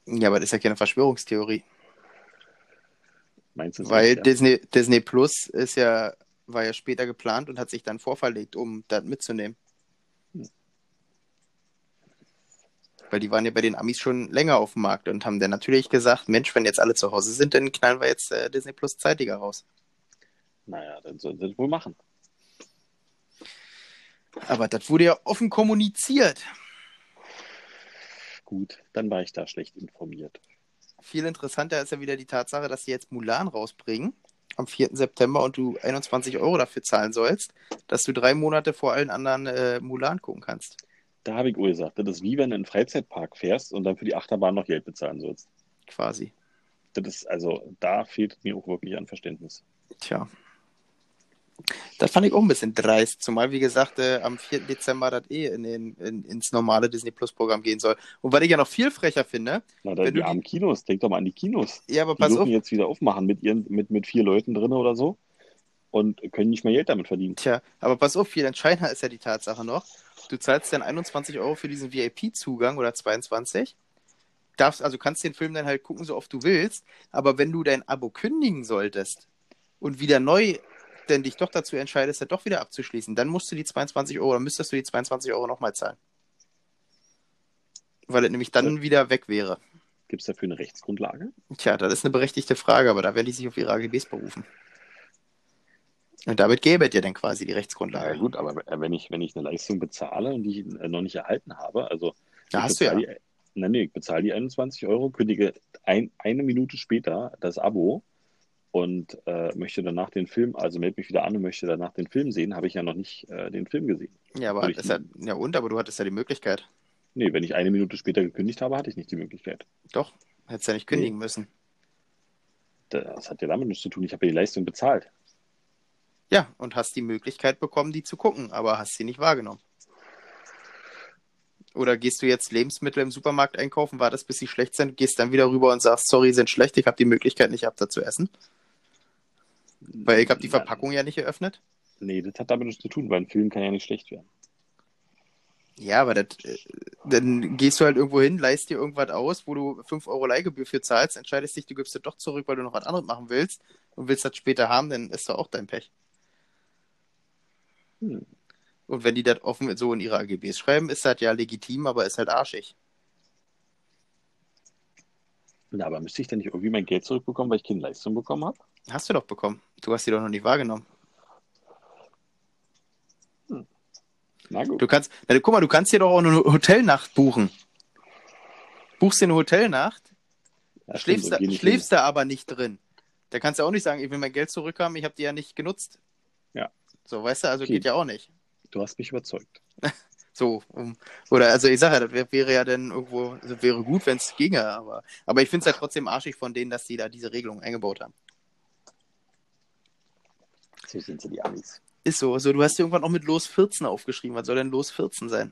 A: Ja, aber das ist ja keine Verschwörungstheorie.
B: Meinst du das
A: Weil
B: nicht, ja?
A: Disney, Disney Plus ist ja, war ja später geplant und hat sich dann vorverlegt, um das mitzunehmen.
B: Hm.
A: Weil die waren ja bei den Amis schon länger auf dem Markt und haben dann natürlich gesagt, Mensch, wenn jetzt alle zu Hause sind, dann knallen wir jetzt äh, Disney Plus zeitiger raus.
B: Naja, dann sollen sie das wohl machen.
A: Aber das wurde ja offen kommuniziert.
B: Gut, dann war ich da schlecht informiert.
A: Viel interessanter ist ja wieder die Tatsache, dass sie jetzt Mulan rausbringen am 4. September und du 21 Euro dafür zahlen sollst, dass du drei Monate vor allen anderen äh, Mulan gucken kannst.
B: Da habe ich wohl gesagt, das ist wie wenn du in einen Freizeitpark fährst und dann für die Achterbahn noch Geld bezahlen sollst.
A: Quasi.
B: Das ist also, da fehlt mir auch wirklich an Verständnis.
A: Tja. Das fand ich auch ein bisschen dreist, zumal, wie gesagt, äh, am 4. Dezember das eh in den, in, ins normale Disney Plus Programm gehen soll. Und was ich ja noch viel frecher finde,
B: Na, da,
A: Wenn
B: die
A: du die-
B: armen Kinos, denk doch mal an die Kinos.
A: ja, aber
B: Die
A: pass
B: dürfen
A: auf,
B: jetzt wieder aufmachen mit, ihren, mit, mit vier Leuten drin oder so und können nicht mehr Geld damit verdienen.
A: Tja, aber pass auf, viel entscheidender ist ja die Tatsache noch. Du zahlst dann 21 Euro für diesen VIP-Zugang oder 22. Darfst, also kannst den Film dann halt gucken, so oft du willst. Aber wenn du dein Abo kündigen solltest und wieder neu denn dich doch dazu entscheidest, das doch wieder abzuschließen, dann musst du die 22 Euro, dann müsstest du die 22 Euro nochmal zahlen. Weil es nämlich dann wieder weg wäre.
B: Gibt es dafür eine Rechtsgrundlage?
A: Tja, das ist eine berechtigte Frage, aber da werde ich sich auf ihre AGBs berufen. Und damit gäbet ihr dann quasi die
B: Ja,
A: Rechtsgrundlage.
B: gut, aber äh, wenn ich, wenn ich eine Leistung bezahle und die ich äh, noch nicht erhalten habe, also.
A: Da
B: ich
A: hast du ja.
B: bezahle Die, nein, nee, ich bezahle die 21 Euro, kündige ein, eine Minute später das Abo und äh, möchte danach den Film, also melde mich wieder an und möchte danach den Film sehen, habe ich ja noch nicht äh, den Film gesehen.
A: Ja, aber
B: Würde ich
A: das ist ja, ja und, aber du hattest ja die Möglichkeit.
B: Nee, wenn ich eine Minute später gekündigt habe, hatte ich nicht die Möglichkeit.
A: Doch, hättest ja nicht kündigen müssen.
B: Das hat ja damit nichts zu tun. Ich habe ja die Leistung bezahlt.
A: Ja, und hast die Möglichkeit bekommen, die zu gucken, aber hast sie nicht wahrgenommen. Oder gehst du jetzt Lebensmittel im Supermarkt einkaufen, wartest, bis sie schlecht sind, gehst dann wieder rüber und sagst, sorry, sind schlecht, ich habe die Möglichkeit nicht ab, da zu essen, weil ich habe die
B: Nein.
A: Verpackung ja nicht geöffnet.
B: Nee, das hat damit nichts zu tun, weil ein Film kann ja nicht schlecht werden.
A: Ja, aber das, äh, dann gehst du halt irgendwo hin, leist dir irgendwas aus, wo du 5 Euro Leihgebühr für zahlst, entscheidest dich, du gibst es doch zurück, weil du noch was anderes machen willst und willst das später haben, dann ist doch auch dein Pech.
B: Hm.
A: Und wenn die das offen so in ihre AGBs schreiben, ist das ja legitim, aber ist halt arschig.
B: Na, aber müsste ich dann nicht irgendwie mein Geld zurückbekommen, weil ich keine Leistung bekommen habe?
A: Hast du doch bekommen. Du hast die doch noch nicht wahrgenommen.
B: Na gut.
A: Du kannst, na, guck mal, du kannst dir doch auch eine Hotelnacht buchen. Buchst dir eine Hotelnacht,
B: Ja, stimmt,
A: schläfst,
B: so
A: da,
B: gehen die
A: schläfst da aber nicht drin. Da kannst du auch nicht sagen, ich will mein Geld zurückhaben, ich habe die ja nicht genutzt.
B: Ja.
A: So, weißt du, also
B: Okay.
A: geht ja auch nicht.
B: Filme. Du hast mich überzeugt.
A: So, um, oder also ich sage ja, das wär, wäre ja dann irgendwo, das wäre gut, wenn es ginge, aber, aber ich finde es ja trotzdem arschig von denen, dass die da diese Regelung eingebaut haben.
B: So sind sie die Amis.
A: Ist so, so du hast dir irgendwann auch mit Los 14 aufgeschrieben. Was soll denn Los 14 sein?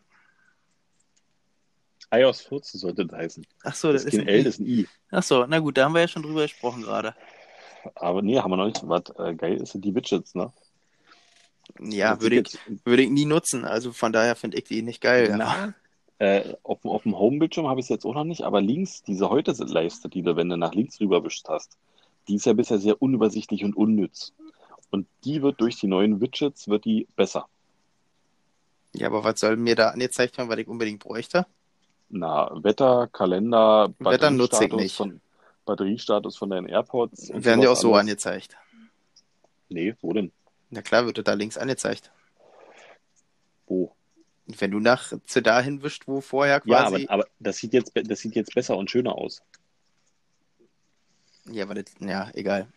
B: iOS 14 sollte das heißen.
A: Ach so,
B: Das
A: das,
B: ist
A: ist
B: kein L,
A: ein I.
B: das ist ein I.
A: Ach so, na gut, da haben wir ja schon drüber gesprochen gerade.
B: Aber nee, haben wir noch nicht. Was äh, geil ist, sind die Widgets, ne?
A: Ja,
B: Das
A: würde ich,
B: sieht jetzt-
A: würde ich nie nutzen. Also von daher finde ich die nicht geil.
B: Na, äh, auf, dem- auf dem Home-Bildschirm habe ich es jetzt auch noch nicht, aber links, diese Heute-Leiste, die du, wenn du nach links rüberwischst hast, die ist ja bisher sehr unübersichtlich und unnütz. Und die wird durch die neuen Widgets, wird die besser.
A: Ja, aber was soll mir da angezeigt werden, was ich unbedingt bräuchte?
B: Na, Wetter, Kalender,
A: Wetter nutze ich
B: Batteriestatus
A: nicht.
B: Von, Batteriestatus von deinen AirPods. und
A: Werden die auch
B: sowas
A: so
B: anderes.
A: angezeigt.
B: Nee, wo denn?
A: Na klar, wird das da links angezeigt.
B: Wo?
A: Und Wenn du nach zu dahin wischst, wo vorher
B: Ja,
A: quasi.
B: aber, aber das, sieht jetzt, be- das sieht jetzt besser und schöner aus.
A: Ja, aber das, ja, egal.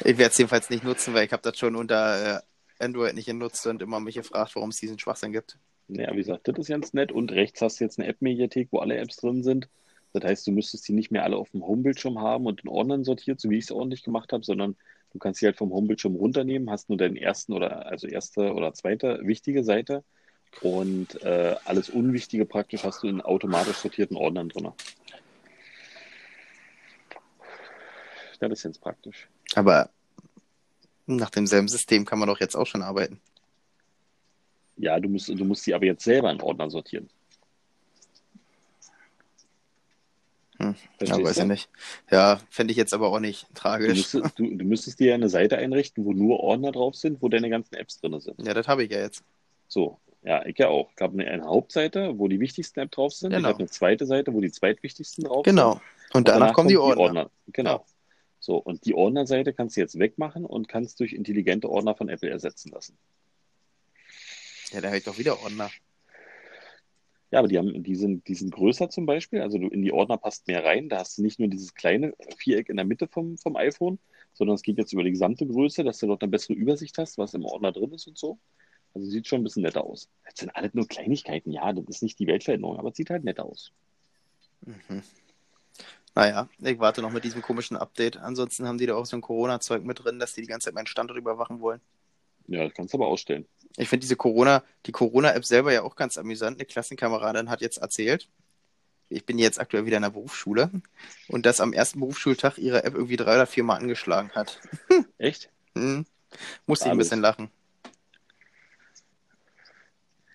A: Ich werde es jedenfalls nicht nutzen, weil ich habe das schon unter äh, Android nicht genutzt und immer mich gefragt, warum es diesen Schwachsinn gibt.
B: Naja, wie gesagt, das ist ganz nett. Und rechts hast du jetzt eine App-Mediathek, wo alle Apps drin sind. Das heißt, du müsstest die nicht mehr alle auf dem Homebildschirm haben und in Ordnern sortiert, so wie ich es ordentlich gemacht habe, sondern du kannst die halt vom Homebildschirm runternehmen, hast nur deinen ersten oder also erste oder zweite wichtige Seite und äh, alles Unwichtige praktisch hast du in automatisch sortierten Ordnern drin. Das ist jetzt praktisch.
A: Aber nach demselben System kann man doch jetzt auch schon arbeiten.
B: Ja, du musst, du musst die aber jetzt selber in Ordner sortieren.
A: Hm, Ja,
B: Verstehst
A: weiß
B: du?
A: ich nicht. Ja, fände ich jetzt aber auch nicht
B: Du
A: tragisch.
B: müsstest, du, du müsstest dir ja eine Seite einrichten, wo nur Ordner drauf sind, wo deine ganzen Apps drin sind.
A: Ja, das habe ich ja jetzt.
B: So, ja, ich ja auch. Ich habe eine, eine Hauptseite, wo die wichtigsten Apps drauf sind. Ich
A: Genau.
B: habe eine zweite Seite, wo die zweitwichtigsten drauf sind.
A: Genau. Und danach, kommen die Ordner.
B: Genau.
A: Ja.
B: So, und die Ordnerseite kannst du jetzt wegmachen und kannst durch intelligente Ordner von Apple ersetzen lassen.
A: Ja, da habe ich doch wieder Ordner.
B: Ja, aber die, haben, die, sind, die sind größer zum Beispiel. Also du, in die Ordner passt mehr rein. Da hast du nicht nur dieses kleine Viereck in der Mitte vom, vom iPhone, sondern es geht jetzt über die gesamte Größe, dass du dort eine bessere Übersicht hast, was im Ordner drin ist und so. Also sieht schon ein bisschen netter aus. Das sind alles nur Kleinigkeiten. Ja, das ist nicht die Weltveränderung, aber es sieht halt netter aus.
A: Mhm. Naja, ich warte noch mit diesem komischen Update. Ansonsten haben die da auch so ein Corona-Zeug mit drin, dass die die ganze Zeit meinen Standort überwachen wollen.
B: Ja, das kannst du aber ausstellen.
A: Ich finde diese Corona, die Corona-App selber ja auch ganz amüsant. Eine Klassenkameradin hat jetzt erzählt, ich bin jetzt aktuell wieder in der Berufsschule und dass am ersten Berufsschultag ihre App irgendwie drei oder vier Mal angeschlagen hat.
B: Echt?
A: Hm. Musste ich ein
B: Alles.
A: bisschen lachen.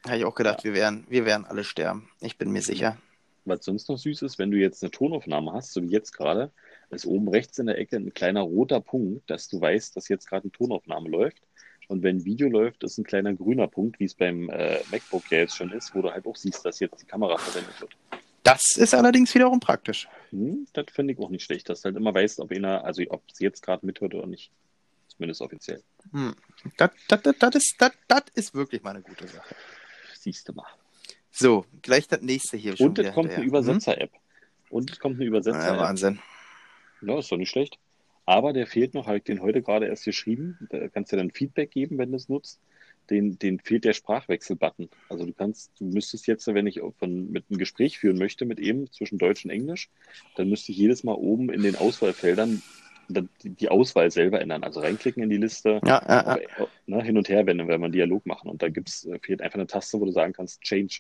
A: Habe ich auch gedacht, wir, werden, wir werden alle sterben. Ich bin mir sicher.
B: Was sonst noch süß ist, wenn du jetzt eine Tonaufnahme hast, so wie jetzt gerade, ist oben rechts in der Ecke ein kleiner roter Punkt, dass du weißt, dass jetzt gerade eine Tonaufnahme läuft. Und wenn ein Video läuft, ist ein kleiner grüner Punkt, wie es beim äh, MacBook ja jetzt schon ist, wo du halt auch siehst, dass jetzt die Kamera verwendet wird.
A: Das ist allerdings wiederum praktisch.
B: Hm, das finde ich auch nicht schlecht, dass du halt immer weißt, ob einer, also ob es jetzt gerade mithört oder nicht. Zumindest offiziell.
A: Hm. Das, das, das, das, ist, das, das ist wirklich mal eine gute Sache.
B: Siehst du mal.
A: So, gleich das nächste hier. schon
B: Und es
A: wieder
B: kommt eine
A: hinterher.
B: Übersetzer-App. Und es kommt eine
A: Hm? Ja,
B: Übersetzer-App.
A: Wahnsinn.
B: Ja, ist doch nicht schlecht. Aber der fehlt noch, habe ich den heute gerade erst geschrieben. Da kannst du dann Feedback geben, wenn du es nutzt. Den, den fehlt der Sprachwechsel-Button. Also du kannst, du müsstest jetzt, wenn ich von, mit einem Gespräch führen möchte mit ihm zwischen Deutsch und Englisch, dann müsste ich jedes Mal oben in den Auswahlfeldern dann die- die Auswahl selber ändern. Also reinklicken in die Liste,
A: Ja, ja, ja.
B: auf- ne, hin und her wenden, wenn wir einen Dialog machen. Und da gibt's, äh, fehlt einfach eine Taste, wo du sagen kannst, Change.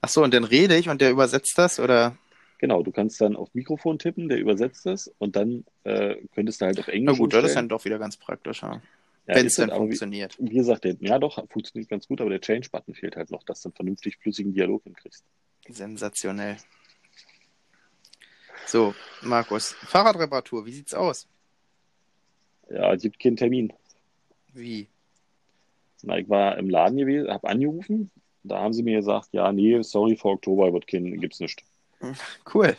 A: Ach so, und dann rede ich und der übersetzt das oder?
B: Genau, du kannst dann auf Mikrofon tippen, der übersetzt es und dann äh, könntest du halt auf
A: Na
B: Englisch.
A: gut, das ist dann
B: umstellen.
A: doch wieder ganz praktisch, ja.
B: Ja,
A: wenn
B: ist
A: es
B: halt
A: dann
B: irgendwie-
A: funktioniert.
B: Wie gesagt, der, ja doch, funktioniert ganz gut, aber der Change-Button fehlt halt noch, dass du einen vernünftig flüssigen Dialog hinkriegst.
A: Sensationell. So, Markus, Fahrradreparatur, wie sieht's aus?
B: Ja, es gibt keinen Termin.
A: Wie?
B: Na, ich war im Laden gewesen, habe angerufen, da haben sie mir gesagt, ja, nee, sorry, vor Oktober wird kein, gibt's nicht.
A: Cool.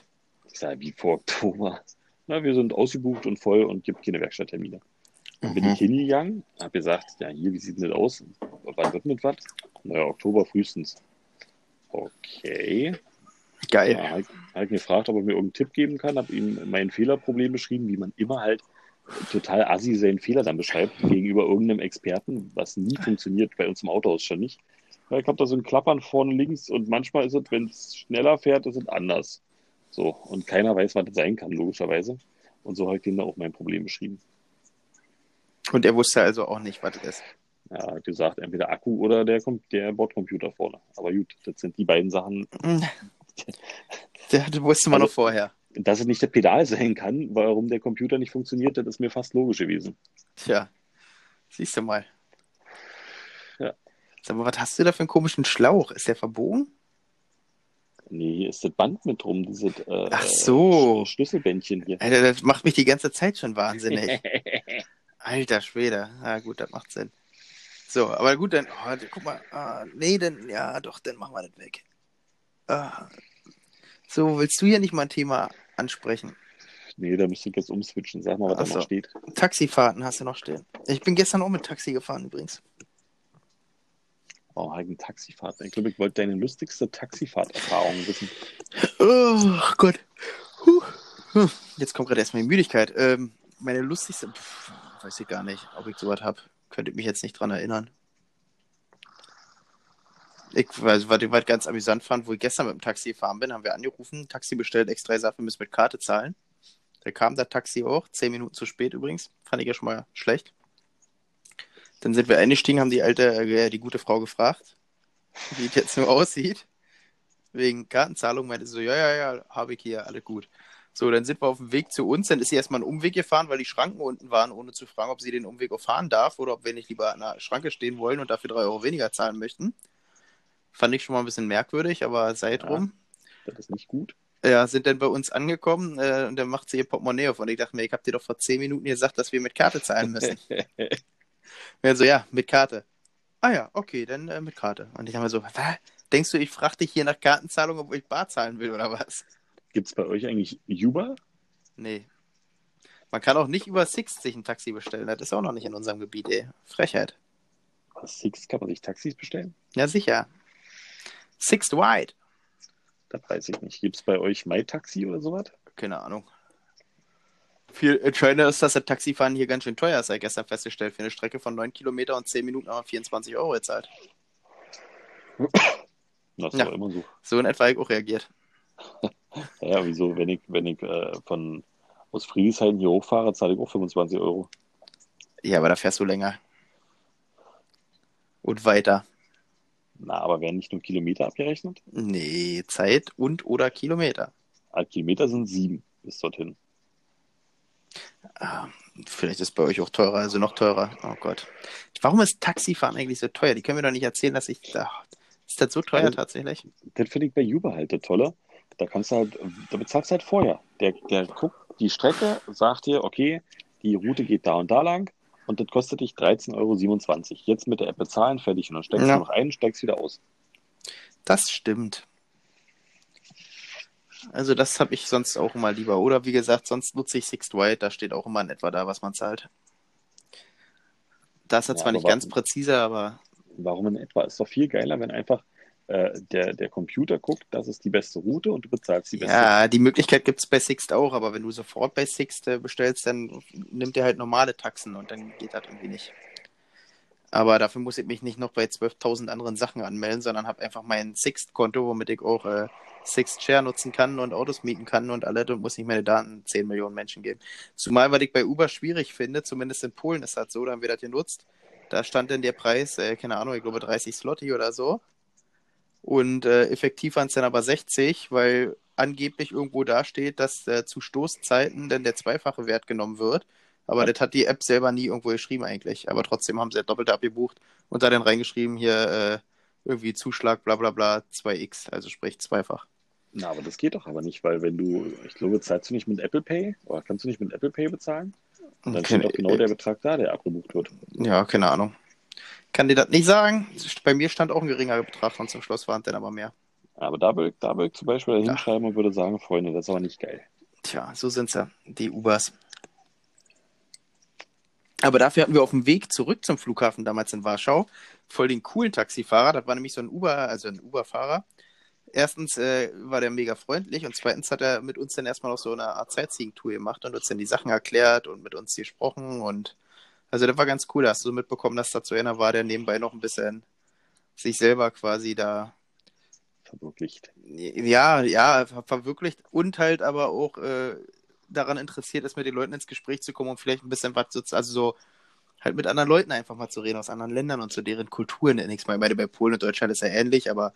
B: Ich sage, wie vor Oktober? Na, wir sind ausgebucht und voll und gibt keine Werkstatttermine. Dann bin
A: Mhm.
B: ich hingegangen, habe gesagt, ja, hier, wie sieht denn das aus? Wann wird denn das was? Naja, Oktober frühestens. Okay.
A: Geil.
B: Ja, halt, halt gefragt, ob er mir irgendeinen Tipp geben kann, habe ihm mein Fehlerproblem beschrieben, wie man immer halt total assi seinen Fehler dann beschreibt gegenüber irgendeinem Experten, was nie funktioniert, bei uns im Autohaus schon nicht. Weil ich habe da so ein Klappern vorne links und manchmal ist es, wenn es schneller fährt, ist es anders. So, und keiner weiß, was das sein kann, logischerweise. Und so habe ich denen da auch mein Problem beschrieben.
A: Und er wusste also auch nicht, was das ist.
B: Ja, hat gesagt, entweder Akku oder der, Kom- der Bordcomputer vorne. Aber gut, das sind die beiden Sachen.
A: Der das wusste man
B: Also-
A: noch vorher.
B: Dass es nicht das Pedal sein kann, warum der Computer nicht funktioniert, das ist mir fast logisch gewesen.
A: Tja, siehst du mal.
B: Ja.
A: Sag mal, was hast du da für einen komischen Schlauch? Ist der verbogen?
B: Nee, hier ist das Band mit drum, dieses äh,
A: Ach so. Äh,
B: Sch- Schlüsselbändchen hier.
A: Alter, das macht mich die ganze Zeit schon
B: <laughs>
A: wahnsinnig. Alter Schwede. Na gut, das macht Sinn. So, aber gut, dann, oh, guck mal, ah, nee, dann, ja, doch, dann machen wir das weg. Ah. So, willst du hier nicht mal ein Thema ansprechen?
B: nee, da müsste ich jetzt umswitchen. Sag mal, was
A: Ach
B: da
A: so.
B: noch steht.
A: Taxifahrten hast du noch stehen. Ich bin gestern auch mit Taxi gefahren übrigens.
B: Oh, halt ein Taxifahrt. Ich glaube, ich wollte deine lustigste Taxifahrterfahrung wissen.
A: Oh Gott. Huh. Hm. Huh. Jetzt kommt gerade erstmal die Müdigkeit. Ähm, meine lustigste. Pff, weiß ich gar nicht, ob ich sowas habe. Könnte mich jetzt nicht dran erinnern. Ich weiß, was ich was ich ganz amüsant fand, wo ich gestern mit dem Taxi gefahren bin, haben wir angerufen, Taxi bestellt, extra gesagt, wir müssen mit Karte zahlen. Da kam das Taxi auch, zehn Minuten zu spät übrigens. Fand ich ja schon mal schlecht. Dann sind wir eingestiegen, haben die alte, äh, die gute Frau gefragt, wie es jetzt so aussieht wegen Kartenzahlung, meinte sie so, ja, ja, ja, habe ich hier, alles gut. So, dann sind wir auf dem Weg zu uns, dann ist sie erstmal einen Umweg gefahren, weil die Schranken unten waren, ohne zu fragen, ob sie den Umweg auch fahren darf oder ob wir nicht lieber an einer Schranke stehen wollen und dafür drei Euro weniger zahlen möchten. Fand ich schon mal ein bisschen merkwürdig, aber sei drum.
B: Das ist nicht gut.
A: Ja, sind dann bei uns angekommen äh, und dann macht sie ihr Portemonnaie auf und ich dachte mir, ich habe dir doch vor zehn Minuten gesagt, dass wir mit Karte zahlen
B: <laughs>
A: müssen. Also ja, mit Karte. Ah ja, okay, dann äh, mit Karte. Und ich dachte mir so, "Hä? denkst du, ich frage dich hier nach Kartenzahlung, obwohl ich bar zahlen will oder was?
B: Gibt es bei euch eigentlich Uber?
A: Nee. Man kann auch nicht über Six sich ein Taxi bestellen. Das ist auch noch nicht in unserem Gebiet, ey. Frechheit.
B: Bei Six kann man sich Taxis bestellen?
A: Ja, sicher. Sixth Wide.
B: Das weiß ich nicht. Gibt es bei euch MyTaxi oder sowas?
A: Keine Ahnung. Viel entscheidender ist, dass das Taxifahren hier ganz schön teuer ist, habe ich gestern festgestellt. Für eine Strecke von 9 Kilometer und 10 Minuten haben wir 24 Euro gezahlt.
B: Das ist
A: Ja.
B: doch immer so.
A: So in etwa habe ich auch reagiert.
B: Ja, wieso, wenn ich, wenn ich äh, von aus Friedrichshain hier hochfahre, zahle ich auch 25 Euro.
A: Ja, aber da fährst du länger. Und weiter.
B: Na, aber werden nicht nur Kilometer abgerechnet?
A: Nee, Zeit und oder Kilometer.
B: Ah, Kilometer sind sieben bis dorthin.
A: Ah, vielleicht ist bei euch auch teurer, also noch teurer. Oh Gott. Warum ist Taxifahren eigentlich so teuer? Die können mir doch nicht erzählen, dass ich. Ah, ist das so teuer
B: Also-
A: tatsächlich?
B: das finde ich bei Uber halt das Tolle. Da kannst du halt, da bezahlst du halt vorher. Der, der guckt die Strecke, sagt dir, okay, die Route geht da und da lang und das kostet dich 13,27 Euro. Jetzt mit der App bezahlen, fertig. Und dann steckst
A: Ja.
B: du noch ein, steigst wieder aus.
A: Das stimmt. Also das habe ich sonst auch immer lieber. Oder wie gesagt, sonst nutze ich Sixth White, da steht auch immer in etwa da, was man zahlt. Das ist ja,
B: Ja,
A: zwar
B: aber
A: nicht ganz
B: warum-
A: präziser, aber
B: Warum in etwa? Ist doch viel geiler, wenn einfach äh, der, der Computer guckt, das ist die beste Route und du bezahlst die beste.
A: ja, die Möglichkeit gibt es bei Sixt auch, aber wenn du sofort bei Sixt äh, bestellst, dann nimmt er halt normale Taxen und dann geht das irgendwie nicht. Aber dafür muss ich mich nicht noch bei 12.000 anderen Sachen anmelden, sondern habe einfach mein Sixt-Konto, womit ich auch äh, Sixt Share nutzen kann und Autos mieten kann und alle und muss nicht meine Daten 10 Millionen Menschen geben. Zumal, was ich bei Uber schwierig finde, zumindest in Polen ist das so, da haben wir das genutzt. Da stand dann der Preis, äh, keine Ahnung, ich glaube 30 Slotti oder so. Und äh, effektiv waren es dann aber 60, weil angeblich irgendwo da steht, dass äh, zu Stoßzeiten dann der zweifache Wert genommen wird. Aber das hat die App selber nie irgendwo geschrieben eigentlich. Aber trotzdem haben sie das Doppelte abgebucht und da dann reingeschrieben, hier äh, irgendwie Zuschlag, bla bla bla, 2x, also sprich zweifach.
B: Na, aber das geht doch aber nicht, weil wenn du, ich glaube, zahlst du nicht mit Apple Pay oder kannst du nicht mit Apple Pay bezahlen? Dann steht doch genau der Betrag da, der abgebucht wird.
A: Ja, keine Ahnung. Kann dir das nicht sagen. Bei mir stand auch ein geringerer Betrag und zum Schluss waren es dann aber mehr.
B: Aber da würde, da würde ich zum Beispiel
A: Ja.
B: hinschreiben und würde sagen, Freunde, das ist aber nicht geil.
A: Tja, so sind sie, die Ubers. Aber dafür hatten wir auf dem Weg zurück zum Flughafen damals in Warschau voll den coolen Taxifahrer. Das war nämlich so ein Uber, also ein Uber-Fahrer. Erstens äh, war der mega freundlich und zweitens hat er mit uns dann erstmal auch so eine Art Sightseeing-Tour gemacht und uns dann die Sachen erklärt und mit uns gesprochen und also das war ganz cool. Da hast du so mitbekommen, dass dazu einer war, der nebenbei noch ein bisschen sich selber quasi da
B: Verwirklicht.
A: ja, ja, ver- verwirklicht und halt aber auch äh, daran interessiert ist, mit den Leuten ins Gespräch zu kommen und vielleicht ein bisschen was, zu- also so halt mit anderen Leuten einfach mal zu reden aus anderen Ländern und zu deren Kulturen. nenne ich's mal. Ich meine, bei Polen und Deutschland ist ja ähnlich, aber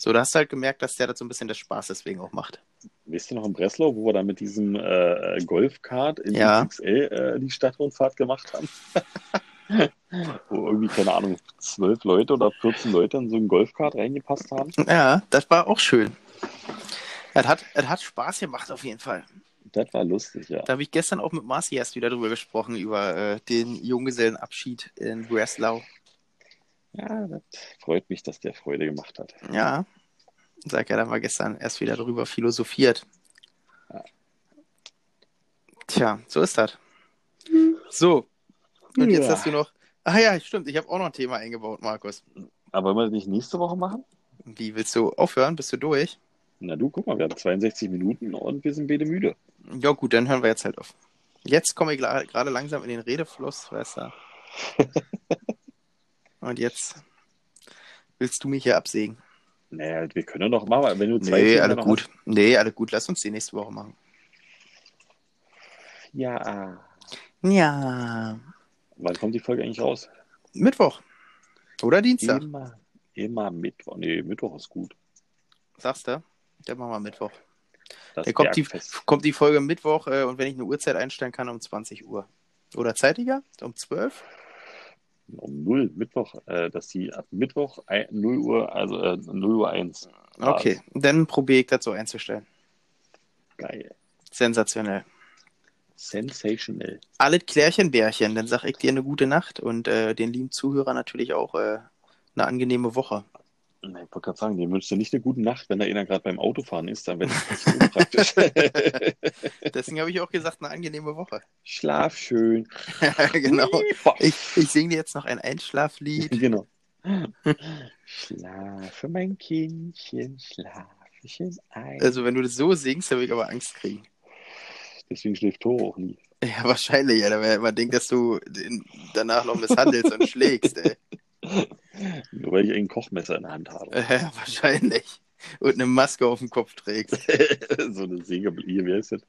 A: so, da hast du halt gemerkt, dass der das so ein bisschen das Spaß deswegen auch macht.
B: Wisst ihr noch in Breslau, wo wir da mit diesem äh, Golfkart in
A: Ja.
B: die XL äh, die Stadtrundfahrt gemacht haben? <laughs> wo irgendwie, keine Ahnung, zwölf Leute oder 14 Leute in so einen Golfkart reingepasst haben.
A: Ja, das war auch schön. Es hat, es hat Spaß gemacht auf jeden Fall.
B: Das war lustig, ja.
A: Da habe ich gestern auch mit Marci erst wieder drüber gesprochen, über äh, den Junggesellenabschied in Breslau.
B: Ja, das freut mich, dass der Freude gemacht hat.
A: Ja, sag ja, da war gestern erst wieder drüber philosophiert.
B: Ja.
A: Tja, so ist das. So, und jetzt
B: Ja.
A: hast du noch. Ah ja, stimmt, ich habe auch noch ein Thema eingebaut, Markus.
B: Aber wollen wir das nicht nächste Woche machen?
A: Wie willst du aufhören? Bist du durch?
B: Na du, guck mal, wir haben 62 Minuten und wir sind beide müde.
A: Ja, gut, dann hören wir jetzt halt auf. Jetzt komme ich gra- gerade langsam in den Redefluss, weißt du.
B: <laughs>
A: und jetzt willst du mich hier absägen?
B: Naja, wir können doch mal, wenn du zwei
A: Nee,
B: Themen
A: alles
B: noch
A: gut. Nee, alles gut. Lass uns die nächste Woche machen.
B: Hast. Ja.
A: Ja.
B: Wann kommt die Folge eigentlich raus?
A: Mittwoch. Oder Dienstag.
B: Immer, immer Mittwoch. Nee, Mittwoch ist gut.
A: Sagst du? Dann machen wir Mittwoch.
B: Das
A: Da kommt die,
B: Bergfest.
A: kommt die Folge Mittwoch äh, und wenn ich eine Uhrzeit einstellen kann, um 20 Uhr. Oder zeitiger? Um 12?
B: um 0 Mittwoch, äh, dass die ab Mittwoch ein- 0 Uhr, also äh, 0 Uhr 1.
A: Okay, dann probiere ich das so einzustellen.
B: Geil.
A: Sensationell.
B: Sensational.
A: Alles Klärchenbärchen, dann sag ich dir eine gute Nacht und äh, den lieben Zuhörer natürlich auch äh, eine angenehme Woche.
B: Na, Ich wollte gerade sagen, dir wünschst du nicht eine gute Nacht, wenn da einer gerade beim Autofahren ist, dann wird es echt unpraktisch.
A: <laughs> Deswegen habe ich auch gesagt, eine angenehme Woche. <laughs>
B: Schlaf schön.
A: genau.
B: Lieber.
A: Ich, ich singe dir jetzt noch ein <laughs> Einschlaflied.
B: Genau. Schlafe, mein Kindchen, schlafchen ein.
A: Also, wenn du das so singst, dann will ich aber Angst kriegen.
B: Deswegen schläft Toro auch nie.
A: <laughs> Ja, wahrscheinlich, Alter, weil man denkt, dass du den danach noch misshandelst und schlägst, <laughs> ey.
B: Nur weil ich ein Kochmesser in der Hand habe.
A: Äh, wahrscheinlich. Und eine Maske auf dem Kopf trägst.
B: <laughs> so eine Säge, hier, wie heißt das?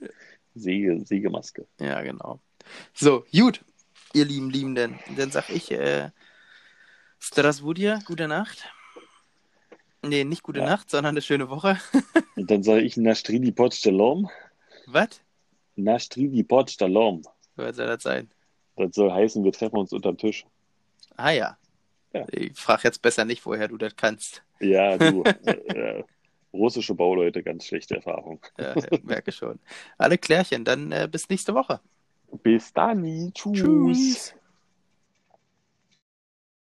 B: Säge, Sägemaske.
A: Ja, genau. So, gut, ihr lieben Liebenden. Dann sag ich, äh, Strasvudia, gute Nacht. Nee, nicht gute
B: Ja.
A: Nacht, sondern eine schöne Woche.
B: Und dann sage ich Nastridi Potsdalom.
A: Was?
B: Nastridi Potsdalom.
A: Was soll das sein?
B: Das soll heißen, wir treffen uns unterm Tisch.
A: Ah ja.
B: Ja.
A: Ich frage jetzt besser nicht, woher du das kannst.
B: Ja, du. äh, äh, russische Bauleute, ganz schlechte Erfahrung.
A: Ja, merke schon. Alle Klärchen, dann äh, bis nächste Woche.
B: Bis dann. Tschüss.
A: Tschüss.